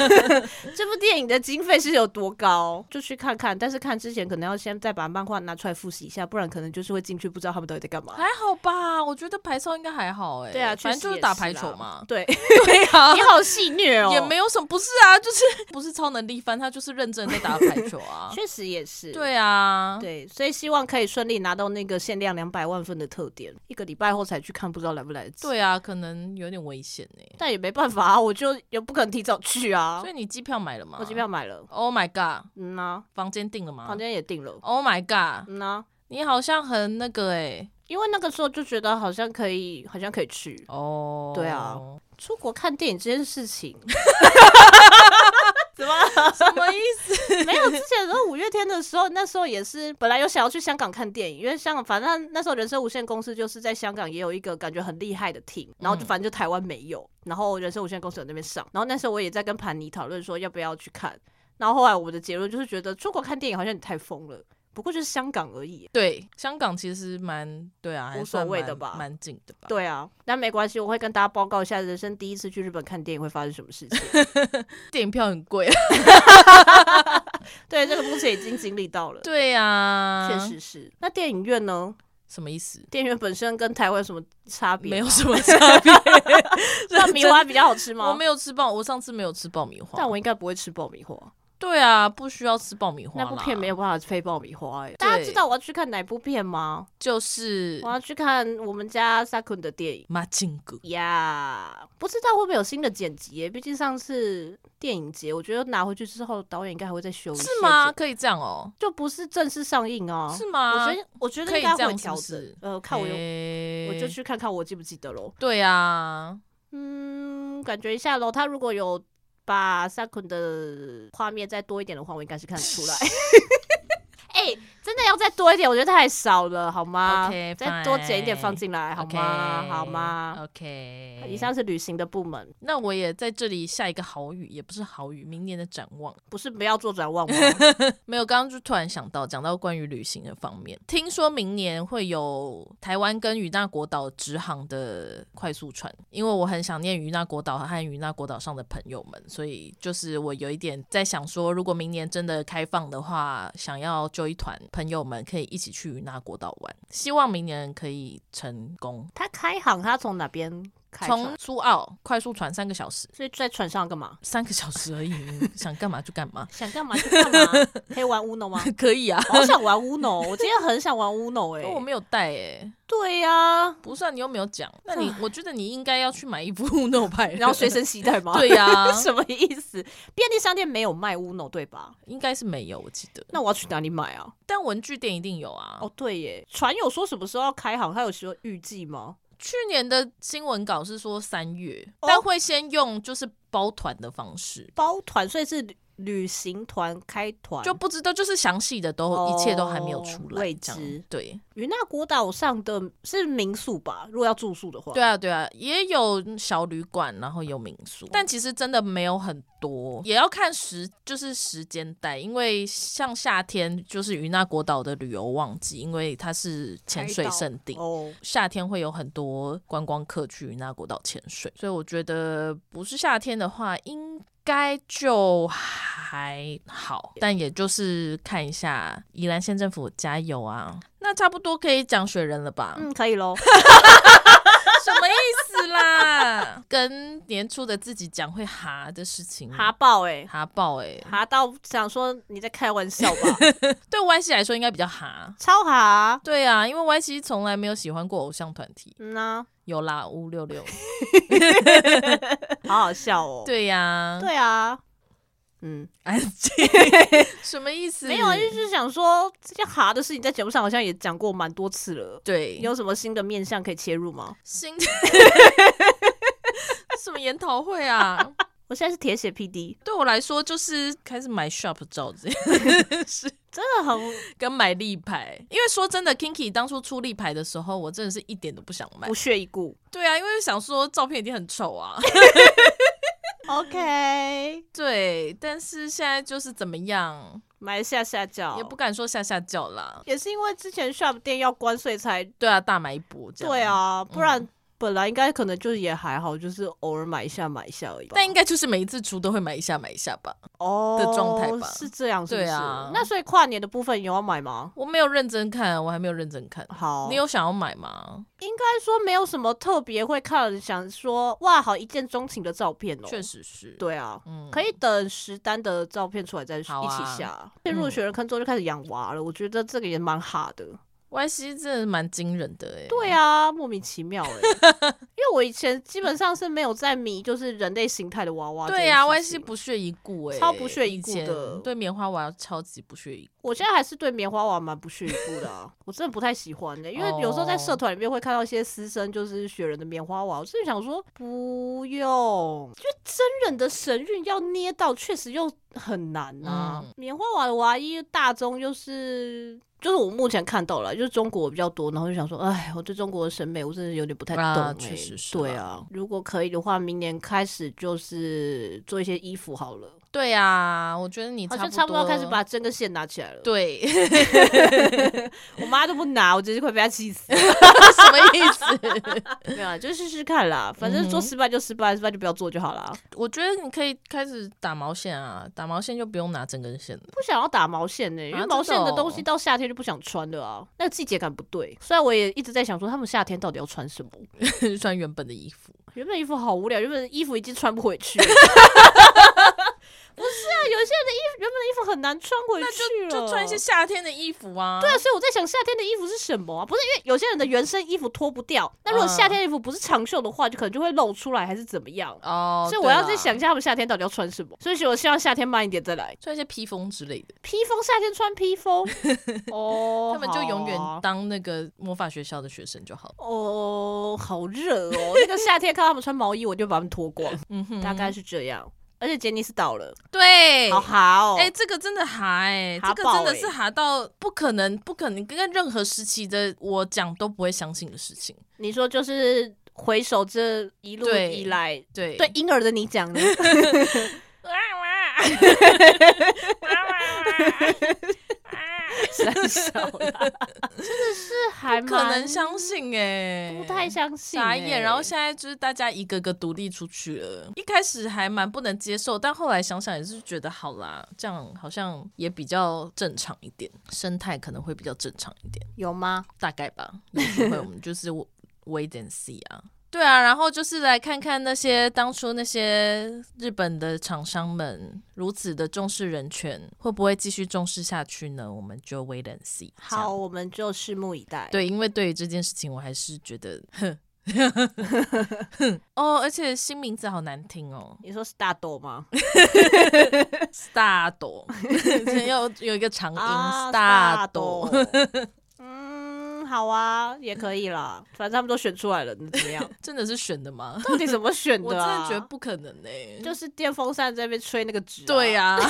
S1: 这部电影的经费是有多高？就去看看，但是看之前可能要先再把漫画拿出来复习一下，不然可能就是会进去不知道他们到底在干嘛。
S2: 还好吧？我觉得排球应该还好哎、
S1: 对啊，
S2: 反正
S1: 确
S2: 就
S1: 实
S2: 是
S1: 也
S2: 打
S1: 是
S2: 排球
S1: 啦。
S2: 嘛
S1: 对，
S2: 对啊
S1: 你好戏虐哦，。
S2: 也没有什么，不是啊，就是 不是超能力番，他就是认真地在打排球啊
S1: 确实也是。
S2: 对啊，
S1: 对，所以希望可以顺利拿到那个限量两百万份的特点，一个礼拜后才去看，不知道来不来得及。
S2: 对啊，可能有点危险呢、
S1: 但也没办法啊，我就也不可能提早去啊
S2: 所。以你机票买了吗？
S1: 我机票买了，
S2: ，Oh my god，
S1: 嗯呐、
S2: 房间订了吗？
S1: 房间也订了，
S2: ，Oh my god，
S1: 嗯呐、
S2: 你好像很那个哎、欸，
S1: 因为那个时候就觉得好像可以，好像可以去
S2: 哦、
S1: 对啊，出国看电影这件事情。怎么
S2: 什么意 思？
S1: 没有？之前的时候五月天的时候，那时候也是本来有想要去香港看电影，因为香港反正那时候人生无限公司就是在香港也有一个感觉很厉害的 team，然后就反正就台湾没有，然后人生无限公司有那边上，然后那时候我也在跟盘尼讨论说要不要去看，然后后来我们的结论就是觉得出国看电影好像你太疯了，不过就是香港而已。
S2: 对，香港其实蛮对啊，还
S1: 无
S2: 算
S1: 所谓的
S2: 蛮
S1: 吧
S2: 蛮近的吧。
S1: 对啊，但没关系，我会跟大家报告一下人生第一次去日本看电影会发生什么事情。
S2: 电影票很 贵，啊
S1: 对，这个目前已经经历到了，
S2: 对呀、啊，
S1: 确实是。那电影院呢？
S2: 什么意 思？
S1: 电影院本身跟台湾有什么差别？
S2: 没有，什么 差别。
S1: 那米花比较好吃
S2: 我
S1: 吗？
S2: 没有吃哦爆，我上次没有吃爆米花。
S1: 但我应该不会吃爆米花，
S2: 对啊，不需要吃爆米花
S1: 那
S2: 啦。
S1: 部片没有办法配爆米花、欸。大家
S2: 对
S1: 知道我要去看哪部片吗？
S2: 就是
S1: 我要去看我们家萨坤的电影
S2: 马金哥。
S1: 呀不知道会不会有新的剪辑、欸？毕竟上次电影节，我觉得拿回去之后，导演应该还会再修一些
S2: 是吗？
S1: 剪？
S2: 可以这样哦、
S1: 就不是正式上映啊？
S2: 是吗？
S1: 我觉得我觉
S2: 可
S1: 得
S2: 以
S1: 应该
S2: 这样
S1: 会
S2: 是
S1: 调
S2: 不
S1: 整。
S2: 是
S1: 呃，看我有，
S2: 有
S1: 我就去看看我记不记得喽。
S2: 对啊，
S1: 嗯，感觉一下喽。他如果有把萨坤的画面再多一点的话，我应该是看得出来。哎、真的要再多一点，我觉得太少了，好吗
S2: OK，
S1: 再多剪一点
S2: fine
S1: 放进来，好吗
S2: OK，
S1: 好吗
S2: ？OK，
S1: 以上是旅行的部门，
S2: 那我也在这里下一个好语，也不是好语，明年的展望。
S1: 不是不要做转 望吗？
S2: 没有，刚刚就突然想到，讲到关于旅行的方面，听说明年会有台湾跟与那国岛直航的快速船，因为我很想念与那国岛和与那国岛上的朋友们，所以就是我有一点在想说，如果明年真的开放的话，想要揪一团朋友们可以一起去与那国岛玩，希望明年可以成功。
S1: 他开航，他从哪边开船？
S2: 从苏澳快速船三个小时，
S1: 所以在船上干嘛？
S2: 三个小时而 已，想干嘛就干嘛，
S1: 想干嘛就干嘛， 可以玩 Uno 吗？
S2: 可以啊。
S1: 我好想玩 Uno，我今天很想玩 Uno 哎、
S2: 我没有带哎、
S1: 对呀、
S2: 不是啊，你又没有讲。那你，我觉得你应该要去买一副 Uno 牌，
S1: 然后随身携带吗？
S2: 对呀、
S1: 什么意思？便利商店没有卖 Uno 对吧？
S2: 应该是没有，我记得。
S1: 那我要去哪里买啊？
S2: 但文具店一定有啊。
S1: 哦，对耶，船友说什么时候要开航，他有说预计吗？
S2: 去年的新闻稿是说三月，
S1: 哦
S2: 但会先用就是包团的方式，
S1: 包团，所以是旅旅行团开团。
S2: 就不知道就是详细的都、
S1: 哦
S2: 一切都还没有出来，
S1: 未
S2: 这样
S1: 知
S2: 对
S1: 与那国岛上的是民宿吧？如果要住宿的话，
S2: 对啊对啊，也有小旅馆，然后有民宿，但其实真的没有很多，也要看时就是时间带，因为像夏天就是于那国岛的旅游旺季，因为它是潜水
S1: 海岛
S2: 圣地，
S1: 哦，
S2: 夏天会有很多观光客去那国岛潜水，所以我觉得不是夏天的话，应该就还好，但也就是看一下宜兰县政府加油啊。那差不多可以讲雪人了吧？
S1: 嗯，可以喽。
S2: 什么意思啦？ 跟年初的自己讲会哈的事情，
S1: 哈爆哎、
S2: 哈爆哎、欸，
S1: 哈到想说你在开玩笑 吧？
S2: 对 Y C 来说应该比较哈。
S1: 超哈，
S2: 对啊，因为 Y C 从来没有喜欢过偶像团体，
S1: 嗯呐、
S2: 有啦五六 六。
S1: 好好笑哦。
S2: 对呀、
S1: 对啊，嗯，
S2: 安 静，什么意思？
S1: 没有啊，就是想说这些哈的事情在节目上好像也讲过蛮多次了。
S2: 对
S1: 你有什么新的面向可以切入吗？
S2: 新什么研讨会啊？
S1: 我现在是铁血 PD，
S2: 对我来说，就是开始买 shop 照这样，
S1: 真的很
S2: 跟买立牌。因为说真的，Kinky 当初出立牌的时候，我真的是一点都不想买
S1: 不。屑一顾。
S2: 对啊，因为想说照片一定很丑啊。
S1: OK，
S2: 对，但是现在就是怎么样，
S1: 马来西亚下脚
S2: 也不敢说下下叫啦。
S1: 也是因为之前 shop 店要关，所以才
S2: 对啊，大买一波这样。
S1: 对，啊，不然本来应该可能就是也还好，就是偶尔买一下买一下而已吧。
S2: 但应该就是每一次出都会买一下买一下吧。
S1: 哦
S2: 的状态吧
S1: 是这样，是不是？
S2: 对啊
S1: 那所以跨年的部分有要买吗？
S2: 我没有认真看，啊我还没有认真看。
S1: 好，
S2: 你有想要买吗？
S1: 应该说没有什么特别会看，想说哇，好一见钟情的照片哦。
S2: 确，实是，
S1: 对啊，
S2: 嗯
S1: 可以等实单的照片出来再一起
S2: 好啊
S1: 下。陷入雪人坑之后就开始养娃了，我觉得这个也蛮哈的。
S2: Y C 真的蛮惊人的哎、
S1: 对啊，莫名其 妙哎、因为我以前基本上是没有在迷就是人类形态的娃娃。
S2: 对啊
S1: 呀、
S2: 呀、y C 不屑一顾哎、
S1: 超不屑一顾的
S2: 以前对棉花娃超级不屑一顾。
S1: 我现在还是对棉花娃蛮不屑一顾的、啊，我真的不太喜欢的、因为有时候在
S2: 哦
S1: 社团里面会看到一些私生就是雪人的棉花娃，我真的想说不用，就真人的神韵要捏到，确实又很难啊。
S2: 嗯
S1: 棉花娃的娃衣大宗就是。就是我目前看到了，就是中国比较多，然后就想说，哎，我对中国的审美我真的有点不太懂、欸
S2: 啊确实是
S1: 对
S2: 啦
S1: 啊，如果可以的话，明年开始就是做一些衣服好了。
S2: 对啊，我觉得你
S1: 好像差
S2: 差不
S1: 不
S2: 多
S1: 多开始把针跟线拿起来了。
S2: 对
S1: 我妈都不拿，我真是快被她气死。
S2: 什么意 思？
S1: 没有啊，就试试看啦，反正做失败就失败，失败就不要做就好啦。
S2: 我觉得你可以开始打毛线啊，打毛线就不用拿针跟线了。
S1: 不想要打毛线呢、因
S2: 啊
S1: 为毛线
S2: 真的
S1: 的
S2: 哦
S1: 东西到夏天就不想穿的啊，那个季节感不对。虽然我也一直在想说他们夏天到底要穿什么，
S2: 就 穿原本的衣服。
S1: 原本衣服好无聊，原本衣服已经穿不回去了。不 是啊，有些人的衣服原本的衣服很难穿回去了，
S2: 就穿一些夏天的衣服啊。
S1: 对啊，所以我在想夏天的衣服是什么啊？不是因为有些人的原身衣服脱不掉，那如果
S2: 嗯
S1: 夏天的衣服不是长袖的话，就可能就会露出来，还是怎么样？
S2: 哦，
S1: 所以我要
S2: 对
S1: 再
S2: 啦
S1: 想一下他们夏天到底要穿什么。所以我希望夏天慢一点再来。
S2: 穿一些披风之类的，
S1: 披风夏天穿披 风，哦，
S2: 他们就永
S1: 好啊
S2: 远当那个魔法学校的学生就好了。
S1: 哦，好热哦！ 那个夏天看到他们穿毛衣，我就把他们脱光，
S2: 嗯哼
S1: 大概是这样。而且杰尼斯倒了，
S2: 对。
S1: 好好，
S2: 哎、这个真的哈哎、
S1: 哈
S2: 这个
S1: 爆
S2: 真的
S1: 欸
S2: 是哈到不可能，不可能跟任何时期的我讲都不会相信的事情。
S1: 你说就是回首这一路
S2: 对
S1: 以来，
S2: 对
S1: 对，婴儿的你 讲的，
S2: 哇哇
S1: 很小啦，真的是还
S2: 不可能
S1: 蛮
S2: 相信哎、
S1: 不太相信、
S2: 傻
S1: 欸，
S2: 眼。然后现在就是大家一个个独立出去了，一开始还蛮不能接受，但后来想想也是觉得好啦，这样好像也比较正常一点，生态可能会比较正常一点，
S1: 有吗？
S2: 大概吧。有机会我们就是 wait and see 啊。对啊，然后就是来看看那些当初那些日本的厂商们如此的重视人权，会不会继续重视下去呢？我们就 wait and see。
S1: 好，，我们就拭目以待。，
S2: 对，因为对于这件事情，我还是觉得，哼， 哼哦，而且新名字好难 听哦
S1: 你说是大豆吗？
S2: ，Stado，要有一个长音，
S1: 啊，大豆嗯，好啊，也可以啦，反正他们都选出来了，你怎么 样？
S2: 真的是选的吗？
S1: 到底怎么选
S2: 我真
S1: 的、啊？
S2: 的觉得不可能呢、
S1: 就是啊电风扇在那边吹那个纸、啊
S2: 对
S1: 呀、
S2: 呀、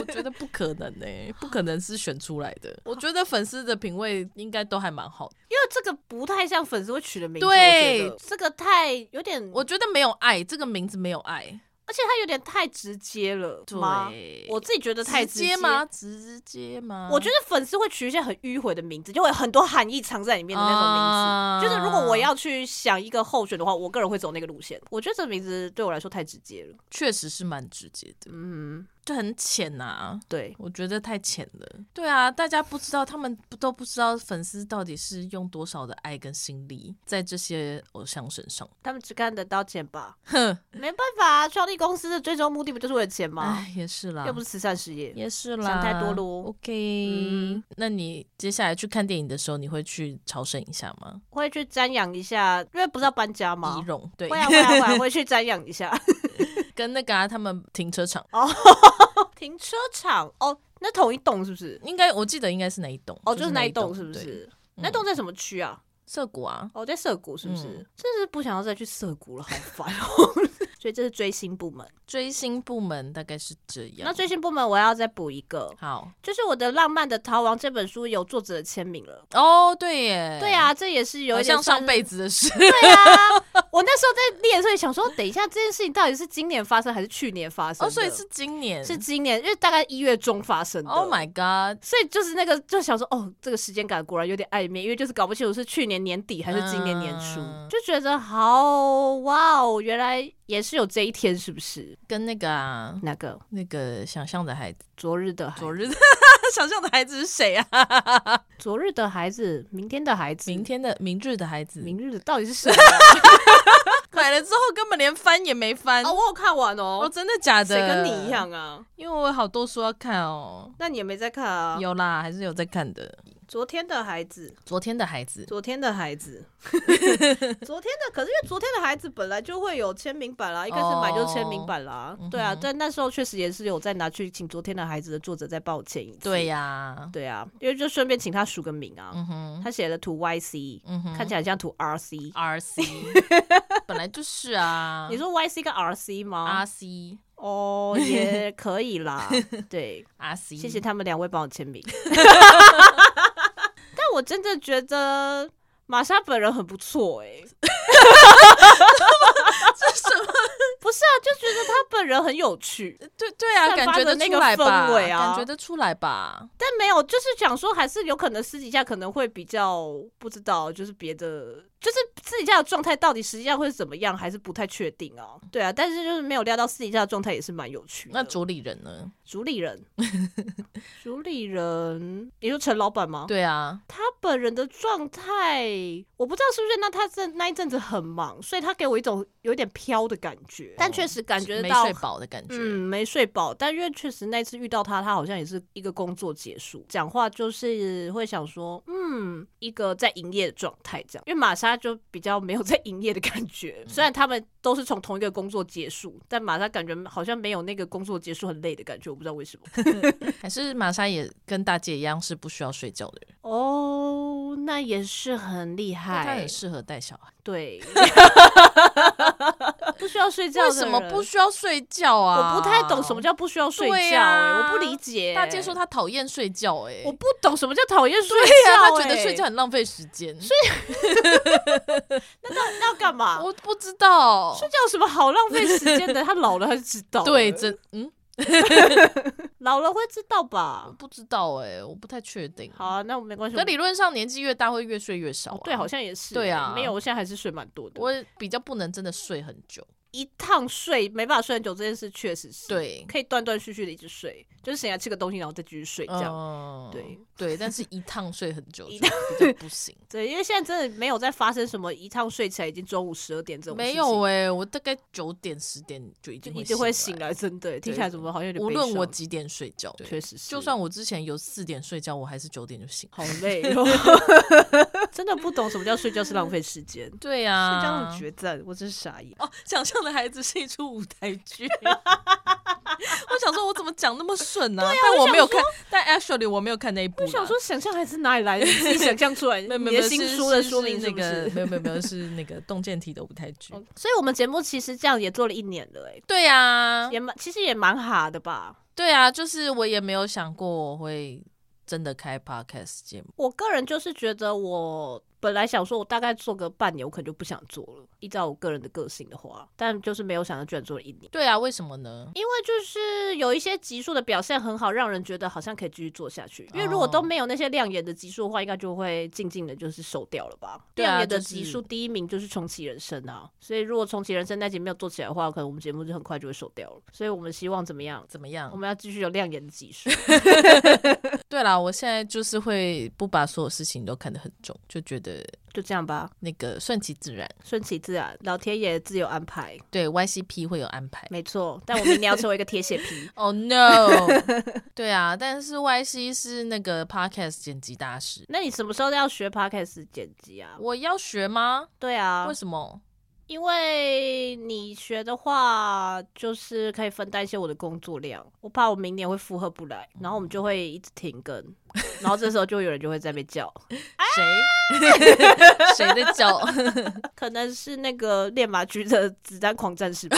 S2: 我觉得不可能呢、不可能是选出来的。我觉得粉丝的品味应该都还蛮好的，
S1: 因为这个不太像粉丝会取的名字。
S2: 对
S1: 我觉得这个太有点，
S2: 我觉得没有爱这个名字没有爱，
S1: 而且它有点太直接了，吗？
S2: 对，
S1: 我自己觉得太
S2: 直接吗？嗯直接吗？
S1: 我觉得粉丝会取一些很迂回的名字，就会有很多含义藏在里面的那种
S2: 啊
S1: 名字。就是如果我要去想一个候选的话，我个人会走那个路线。我觉得这个名字对我来说太直接了。
S2: 确实是蛮直接的，
S1: 嗯，
S2: 就很浅呐、啊。
S1: 对，
S2: 我觉得太浅了。对啊，大家不知道，他们不都不知道粉丝到底是用多少的爱跟心力在这些偶像身上。
S1: 他们只看得到钱吧？
S2: 哼，
S1: 没办法、啊，创立公司的最终目的不就是为了钱吗？
S2: 哎，也是啦
S1: 又，不是慈善事业。
S2: 也是啦，
S1: 想太多咯
S2: OK，、
S1: 嗯
S2: 那你接下来去看电影的时候，你会去朝圣一下吗？
S1: 会去瞻仰一下，因为不是要搬家
S2: 仪
S1: 吗？
S2: 容对
S1: 会，啊会啊 会啊，会去瞻仰一下。
S2: 跟那个、啊、他们停车场，
S1: 停车场哦，那同一栋是不是？
S2: 应该我记得应该是哪一栋？
S1: 哦，就是那
S2: 那
S1: 一栋是不
S2: 对嗯
S1: 是？那栋在什么区啊？
S2: 涩谷啊？
S1: 哦，在涩谷是不是？
S2: 嗯
S1: 真是不想要再去涩谷了，好烦哦。 所以这是追星部门。
S2: 追星部门大概是这样。
S1: 那追星部门我要再补一个，
S2: 好
S1: 就是我的《浪漫的逃亡》这本书有作者的签名了。
S2: 哦，对耶，
S1: 对，啊，这也是有
S2: 好
S1: 一点
S2: 像
S1: 算
S2: 上
S1: 是
S2: 辈子的事。
S1: 对啊，我那时候在列的时候也想说，等一下这件事情到底是今年发生还是去年发生
S2: 哦，
S1: 的？
S2: 所以是今年
S1: 是哦今年，因为大概一月中发生的。
S2: Oh my God，
S1: 所以就是那个就想说，哦，这个时间感果然有点暧昧，因为就是搞不清楚是去年年底还是今年年初，
S2: 嗯
S1: 就觉得好哇哦，原来也是有这一天，是不是？
S2: 跟那个啊，
S1: 那个
S2: 那个想象的孩子，
S1: 昨日的孩
S2: 昨日的 想象的孩子是谁啊？
S1: 昨日的孩子，明天的孩子，
S2: 明天的明日的孩子，
S1: 明日的到底是谁、啊？
S2: 买了之后根本连翻也没翻。
S1: 哦，我有看完
S2: 哦，
S1: 哦，
S2: 真的假的？
S1: 谁跟你一？样啊？
S2: 因为我有好多书要看哦。
S1: 那你也没在看啊？
S2: 有啦，还是有在看的。
S1: 昨天的孩子，
S2: 昨天的孩子，
S1: 昨天的孩 子，昨天的，可是因为昨天的孩子本来就会有签名版啦，一开始买就是签名版啦，
S2: 哦
S1: 对啊
S2: 嗯哼，
S1: 但那时候确实也是有再拿去请昨天的孩子的作者再帮我签一次，
S2: 对呀、
S1: 对啊，因为就顺便请他署个名啊，
S2: 嗯哼，
S1: 他写了图 YC，、
S2: 嗯哼，
S1: 看起来很像图 RC，、
S2: RC，本来就是啊。
S1: 你说啊 YC 跟 RC 吗？
S2: RC
S1: 哦，也可以啦， 对，
S2: RC，
S1: 谢谢他们两位帮我签 名，但我真的觉得玛莎本人很不 错哎、
S2: 什么？
S1: 不是啊，就觉得他本人很有趣，
S2: 对对啊，
S1: 散
S2: 感
S1: 发
S2: 觉
S1: 的那
S2: 得出
S1: 个
S2: 来吧，
S1: 氛围啊
S2: 感觉得出来吧。
S1: 但没有，就是想说还是有可能私底下可能会比较不知道，就是别的，就是私底下的状态到底实际上会是怎么样，还是不太确定啊。对啊，但是就是没有料到私底下的状态也是蛮有趣的。
S2: 那主理人呢？
S1: 主理 人，主理人，也就陈老板吗？
S2: 对啊，
S1: 他本人的状态，我不知道是不是那他这那一阵子很忙，所以他给我一种有点飘的感觉，哦但确实感觉
S2: 没
S1: 到
S2: 睡饱的感觉。
S1: 嗯，没睡饱，但因为确实那次遇到他，他好像也是一个工作结束，讲话就是会想说，嗯，一个在营业的状态这样。因为玛莎就比较没有在营业的感觉，
S2: 嗯
S1: 虽然他们都是从同一个工作结束，但玛莎感觉好像没有那个工作结束很累的感觉，我不知道为什么。
S2: 还是玛莎也跟大姐一样是不需要睡觉的人，
S1: 哦，那也是很厉
S2: 但她
S1: 害
S2: 很，适合带小孩。
S1: 对， 不需要睡觉
S2: 为
S1: 的
S2: 什
S1: 人，
S2: 么不需要睡觉啊？
S1: 我不太懂什么叫不需要睡觉、
S2: 对
S1: 欸，
S2: 啊
S1: 我不理解、
S2: 大姐说她讨厌睡觉、欸，
S1: 我不懂什么叫讨厌睡
S2: 对
S1: 觉、
S2: 呀、
S1: 欸，
S2: 她觉得睡觉很浪费时间。睡
S1: 那要干嘛？
S2: 啊我不知道，
S1: 睡觉有什么好浪费时间 的？他老了他就知道了，
S2: 对，真嗯，
S1: 老了会知道
S2: 我
S1: 吧？
S2: 不知道哎、我不太确定。
S1: 好、啊，那我没关系。
S2: 可理论上年纪越大会越睡越少、啊
S1: 哦，对，好像也是、
S2: 对啊
S1: 没有，我现在还是睡蛮多的。我
S2: 我比较不能真的睡很久。
S1: 一趟睡没办法睡很久，这件事确实是，
S2: 对
S1: 可以断断续续的一直睡，就是醒来吃个东西，然后再继续睡这样。
S2: 嗯
S1: 对
S2: 对，但是一趟睡很久就
S1: 一
S2: 比较不行。
S1: 对，因为现在真的没有在发生什么一趟睡起来已经中午十二点这种事
S2: 没
S1: 情，
S2: 有哎、我大概九点十点就已
S1: 就
S2: 经
S1: 一定会醒
S2: 来，
S1: 来，真的听起来怎么好像有点
S2: 无
S1: 悲
S2: 论我
S1: 伤
S2: 几点睡觉，对
S1: 确实是，
S2: 就算我之前有四点睡觉，我还是九点就醒了。
S1: 好 累哦，真的不懂什么叫睡觉是浪费时间。
S2: 对呀、
S1: 睡觉
S2: 啊，
S1: 很决战，我真是傻眼。
S2: 哦，想象的孩子是一出舞台 剧。我想说，我怎么讲那么顺呢、
S1: 啊
S2: 但我没有看，但 actually 我没有看那一部啦。
S1: 我想说，想象还是哪里来的？你自己想象出来。
S2: 没有，没
S1: 你的
S2: 有没有
S1: 新
S2: 是
S1: 书的
S2: 是
S1: 说
S2: 是
S1: 明
S2: 那个
S1: 是不是哦
S2: 没有没有没有是那个洞见体的舞台剧。
S1: 所以我们节目其实这样也做了一年了、欸，
S2: 对呀、
S1: 也蛮其实也蛮哈的吧。
S2: 对啊，就是我也没有想过我会真的开 podcast 节目。
S1: 我个人就是觉得，我本来想说我大概做个半年，我可能就不想做了。依照我个人的个性的话，但就是没有想到居然做了一年。
S2: 对啊，为什么呢？
S1: 因为就是有一些集数的表现很好，让人觉得好像可以继续做下去。因为如果
S2: 哦
S1: 都没有那些亮眼的集数的话，应该就会静静的就是收掉了吧。
S2: 对啊
S1: 亮眼的
S2: 就是
S1: 集数第一名就是重启人生啊，所以如果重启人生那集没有做起来的话，可能我们节目就很快就会收掉了。所以我们希望怎么样？
S2: 怎么样
S1: 我？们要继续有亮眼的集数。
S2: 对啦，我现在就是会不把所有事情都看得很重，就觉得
S1: 就这样吧，
S2: 那个顺其自然。
S1: 顺其自然，老天爷自有安排，
S2: 对 YCP 会有安排。
S1: 没错。但我明年要成为一个铁血皮，
S2: Oh no！对啊，但是 YC 是那个 podcast 剪辑大师。
S1: 那你什么时候要学 podcast 剪辑啊？
S2: 我要学吗？
S1: 对啊，
S2: 为什么？
S1: 因为你学的话，就是可以分担一些我的工作量。我怕我明年会负荷不来，然后我们就会一直停更，然后这时候就有人就会在那边叫，
S2: 啊谁 谁在 叫？
S1: 可能是那个练马局的子弹狂战 士吧。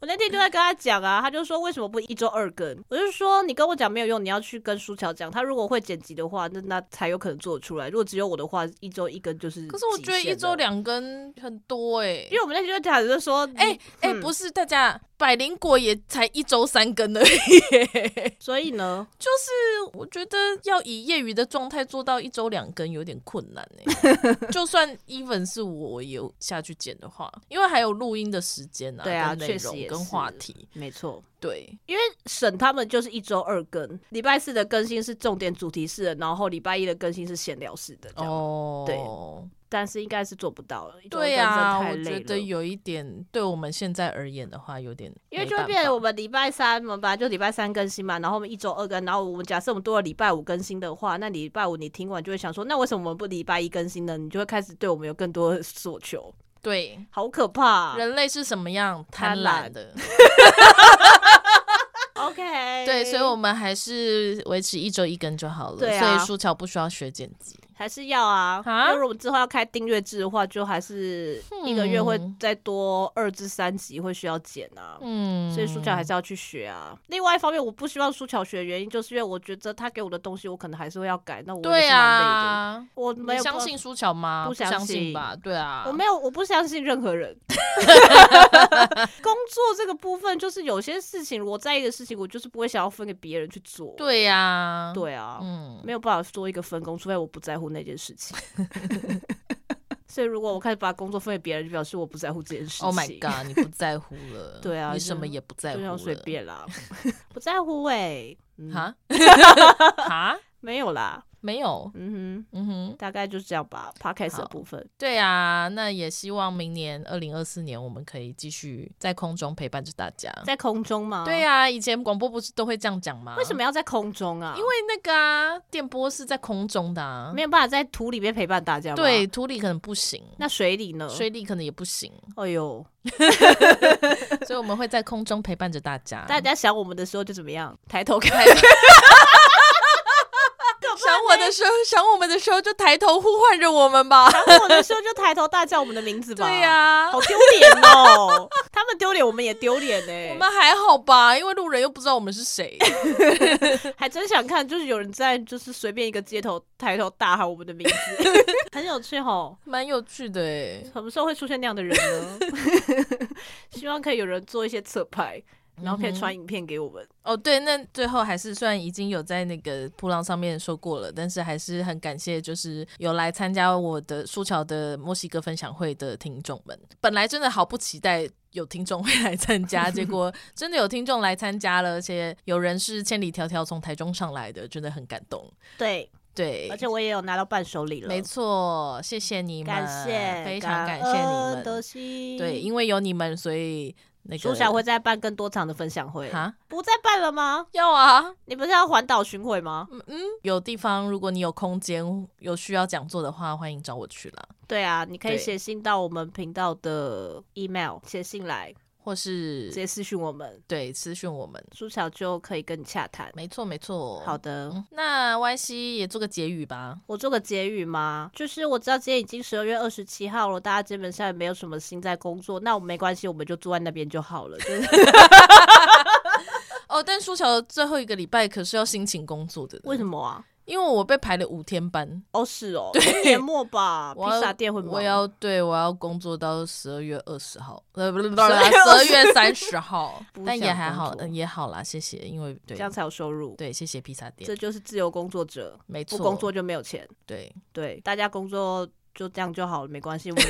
S1: 我那天就在跟他讲啊，他就说为什么不一周二更？我就说你跟我讲没有用，你要去跟舒乔讲，他如果会剪辑的话，那那才有可能做得出来。如果只有我的话，一周一更就是。
S2: 可是我觉得一周，两根很多哎、
S1: 因为我们那天就讲就是说，
S2: 哎
S1: 哎、
S2: 哎、不是，大家百灵果也才一周三更而已。
S1: 所以呢，
S2: 就是我觉得要以业余的状态做到一周两更有点困难哎、就算 even 是我有下去剪的话，因为还有录音的时间啊，
S1: 对啊
S2: 跟内
S1: 确实
S2: 容
S1: 也
S2: 跟
S1: 是
S2: 话题，
S1: 没错。
S2: 对
S1: 因为省他们就是一周二更，礼拜四的更新是重点主题式的，然后礼拜一的更新是闲聊式的。哦，
S2: 哦，
S1: 对但是应该是做不到了，一周二
S2: 对
S1: 更真
S2: 啊，
S1: 的太
S2: 我
S1: 累
S2: 觉得
S1: 了。
S2: 有一点，对我们现在而言的话，有点
S1: 因为
S2: 没
S1: 就会
S2: 办
S1: 变成
S2: 法
S1: 我们礼拜三，我们本来就礼拜三更新嘛，然后我们一周二更，然后我们假设我们多了礼拜五更新的话，那礼拜五你听完就会想说，那为什么我们不礼拜一更新呢？你就会开始对我们有更多的诉求，
S2: 对
S1: 好可怕 啊、
S2: 人类是什么样贪
S1: 贪
S2: 婪
S1: 婪
S2: 的。
S1: OK，
S2: 对，所以我们还是维持一周一更就好了。
S1: 哎对啊啊
S2: 所以舒乔不需要学剪辑。
S1: 还是要啊。
S2: 啊
S1: 因为如果之后要开订阅制的话，就还是一个月会
S2: 嗯
S1: 再多二至三集会需要剪啊。
S2: 嗯，
S1: 所以书桥还是要去学啊。另外一方面，我不希望书桥学的原因，就是因为我觉得他给我的东西，我可能还是会要改，那我也
S2: 对
S1: 是蛮累的。
S2: 啊，
S1: 我没
S2: 你
S1: 有
S2: 相信舒乔吗？
S1: 不
S2: 不
S1: 相
S2: 相
S1: 信
S2: 吧？对啊，
S1: 我没有，我不相信任何 人。工作这个部分，就是有些事情我在意的事情，我就是不会想要分给别人去做。
S2: 对啊呀，，
S1: 对啊，
S2: 嗯，
S1: 没有办法做一个分工，除非我不在乎那件事情。所以如果我开始把工作分给别人，就表示我不在乎这件事情。
S2: Oh my god，你不在乎了，
S1: 对啊
S2: 你
S1: 就
S2: 什么也不在乎
S1: 就
S2: 了，
S1: 想随便啦， 不在乎哎、嗯，
S2: 哈哈，
S1: 没有啦，
S2: 没有，
S1: 嗯
S2: 嗯哼
S1: 哼，，大概就是这样吧。Podcast 的
S2: 好
S1: 部分，
S2: 对啊，那也希望明年二零二四年我们可以继续在空中陪伴着大家。
S1: 在空中吗？
S2: 对、啊呀、以前广播不是都会这样讲吗？
S1: 为什么？要在空中啊？
S2: 因为那个啊，电波是在空中的、啊，
S1: 没有办法在土里面陪伴大家吗。
S2: 对，土里可能不行，
S1: 那水里呢？
S2: 水里可能也 不行，
S1: 哎呦，
S2: 所以我们会在空中陪伴着大家。
S1: 大家想我们的时候就怎么样？抬头看，
S2: 想我的时候，想我们的时候就抬头呼唤着我们吧。
S1: 想我们的时候就抬头大叫我们的名字吧。
S2: 对、呀、
S1: 好丢脸哦！他们丢脸，我们也丢脸呢、
S2: 我们还好吧，因为路人又不知道我们是谁。
S1: 还真想看，就是有人在就是随便一个街头抬头大喊我们的 名字，很有趣吼。
S2: 蛮有趣的哎，
S1: 什么时候会出现那样的人呢？ 希望可以有人做一些侧拍，然后可以
S2: 嗯
S1: 传影片给我们。
S2: 哦，对，那最后还是虽然已经有在那个扑浪上面说过了，但是还是很感谢，就是有来参加我的苏乔的墨西哥分享会的听众们。本来真的好不期待有听众会来参 加，结果真的有听众来参加了，而且有人是千里迢迢从台中上来的，真的很感动。
S1: 对，
S2: 对
S1: 而，且我也有拿到伴手礼了，
S2: 没错，谢谢你们，
S1: 感谢，
S2: 非常感谢你
S1: 德
S2: 们。
S1: 西。
S2: 对，因为有你们，所以那个
S1: 苏小会再办更多场的分享会，
S2: 啊，
S1: 不再办了吗？
S2: 要啊，
S1: 你不是要环岛巡回吗？
S2: 嗯有地方，如果你有空间有需要讲座的话，欢迎找我去啦，
S1: 对啊，你可以
S2: 对
S1: 写信到我们频道的 email 写信来，
S2: 或
S1: 直
S2: 是
S1: 接私讯我们，
S2: 对私讯我们。
S1: 苏小就可以跟你洽谈。
S2: 没错，没错。
S1: 好，的，
S2: 嗯，那 Y C 也做个结语吧。
S1: 我做个结语吗？就是我知道今天已经十二月二十七号了，大家基本上也没有什么心在工作，那我们没关系，我们就坐在那边就好了。就是
S2: 哦，但舒乔最后一个礼拜可是要辛勤工作的，
S1: 为什？么啊？
S2: 因为我被排了五天班，
S1: 哦，是哦，年末吧，披
S2: 我要
S1: 萨店会忙
S2: 我要对我要工作到十二月二十号，呃，不是不是
S1: 12
S2: 十二月三十号
S1: 不，
S2: 但也
S1: 想
S2: 还
S1: 工
S2: 好，
S1: 作
S2: 嗯，也好啦，谢谢，因为
S1: 这
S2: 对
S1: 样才有收入，
S2: 对，谢谢披萨店
S1: 这，就是自由工作者，
S2: 没
S1: 不
S2: 错，
S1: 工作就没有钱。
S2: 对，
S1: 对，大家工作就这样就好了，没关系， 我们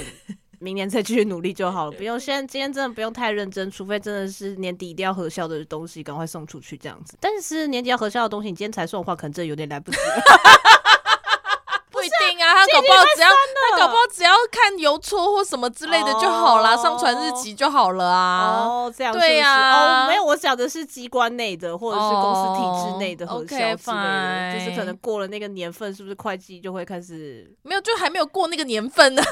S1: 明年再继续努力就好了，不用现在今天真的不用太认真，除非真的是年底一定要核销的东西，赶快送出去这样子。但是年底要核销的东西，你今天才送的话，可能真的有点来不及。
S2: 不一定啊，他搞不好只要他搞不好只要看邮戳或什么之类的就好啦，
S1: 哦
S2: 上传日期就好了啊。
S1: 哦，这样是不是
S2: 对呀
S1: 哦，没有，我讲的是机关内的或者是公司体制内的
S2: 哦
S1: 核销之类的就
S2: OK，
S1: 是可能
S2: fine
S1: 过了那个年份，是不是会计就会开始？
S2: 没有，就还没有过那个年 份呢、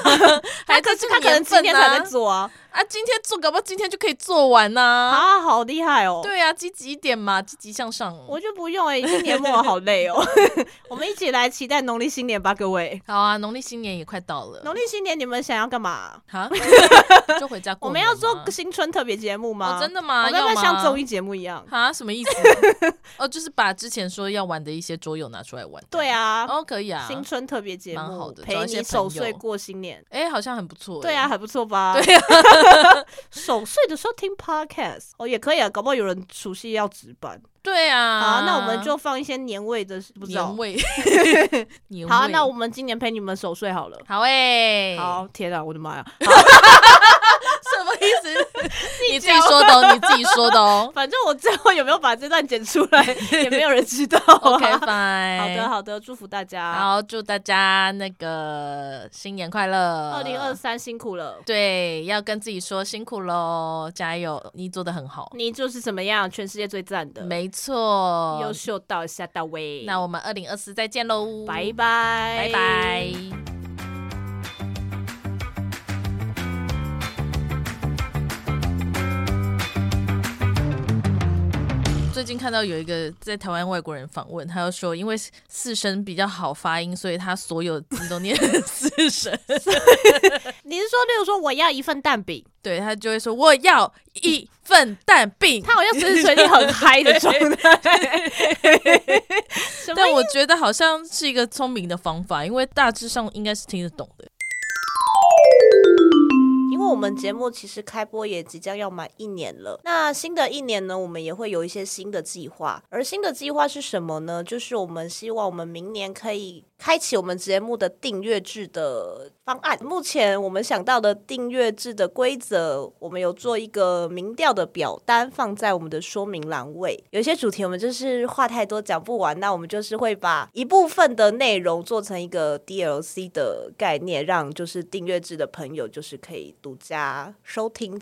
S2: 还在
S1: 可
S2: 这
S1: 是
S2: 个
S1: 他可能
S2: 年
S1: 今
S2: 份
S1: 天
S2: 呢、
S1: 才在
S2: 啊。
S1: 做啊，
S2: 今天做，搞不好今天就可以做完呐、
S1: 啊，好厉害哦！
S2: 对啊，积极一点嘛，积极向上。
S1: 我就不用哎、欸，今年末好累哦。 我们一起来期待农历新年吧，各位。
S2: 好啊，农历新年也快到了。
S1: 农历新年你们想要干嘛？
S2: 啊，就回家过
S1: 我
S2: 年
S1: 们
S2: 吗。
S1: 要做新春特别节目吗？
S2: 哦，真的
S1: 我
S2: 吗？
S1: 们要不
S2: 要
S1: 要
S2: 吗？
S1: 像综艺节目一样？
S2: 啊，什么意思？ 哦，就是把之前说要玩的一些桌游拿出来玩。
S1: 对啊，
S2: 哦，可以啊。
S1: 新春特别节
S2: 蛮好
S1: 目，
S2: 的
S1: 陪
S2: 找一些
S1: 你
S2: 朋
S1: 守岁
S2: 友
S1: 过新年。
S2: 哎、好像很不错、欸。
S1: 对啊，，还不错吧？
S2: 对啊，
S1: 守岁的时候听 podcast 哦，也可以啊，搞不好有人除夕要值班。
S2: 对啊。
S1: 好、啊，那我们就放一些年味的，不知道
S2: 年。 味，年味。
S1: 好啊、那我们今年陪你们守岁好了。
S2: 好哎、
S1: 好，天啊，我的 妈呀！。
S2: 什么意思？你自己说的、哦，你自己说的哦
S1: 反正我最后有没有把这段剪出 来，也没有人知道、啊。
S2: OK，
S1: 好
S2: fine。
S1: 的，好啊的，祝福大家，
S2: 好，祝大家那个新年快乐。
S1: 二零二。三辛苦了。
S2: 对，要跟自己说辛苦喽，加油，你做的很好。
S1: 你就是怎么样，全世界最赞的，
S2: 没错。
S1: 优秀到下到位。
S2: 那我们二零二四再见喽，
S1: 拜拜，
S2: 拜拜。最最近看到有一个在台湾外国人访问，他就说，因为四声比较好发音，所以他所有字都念 四声。
S1: 你是说，例如说我要一份蛋饼，
S2: 对他就会说，我要一份蛋饼。
S1: 他好像随时随地很嗨的状 态。 什么
S2: 但我觉得好像是一个聪明的方法，因为大致上应该是听得懂的。
S1: 因为我们节目其实开播也即将要满一年了，那新的一年呢，我们也会有一些新的计划。而新的计划是什么呢？就是我们希望我们明年可以开启我们节目的订阅制的方案。目前我们想到的订阅制的规则，我们有做一个民调的表单放在我们的说明栏位。有些主题我们就是话太多讲不完，那我们就是会把一部分的内容做成一个 DLC 的概念，让就是订阅制的朋友就是可以独家收听。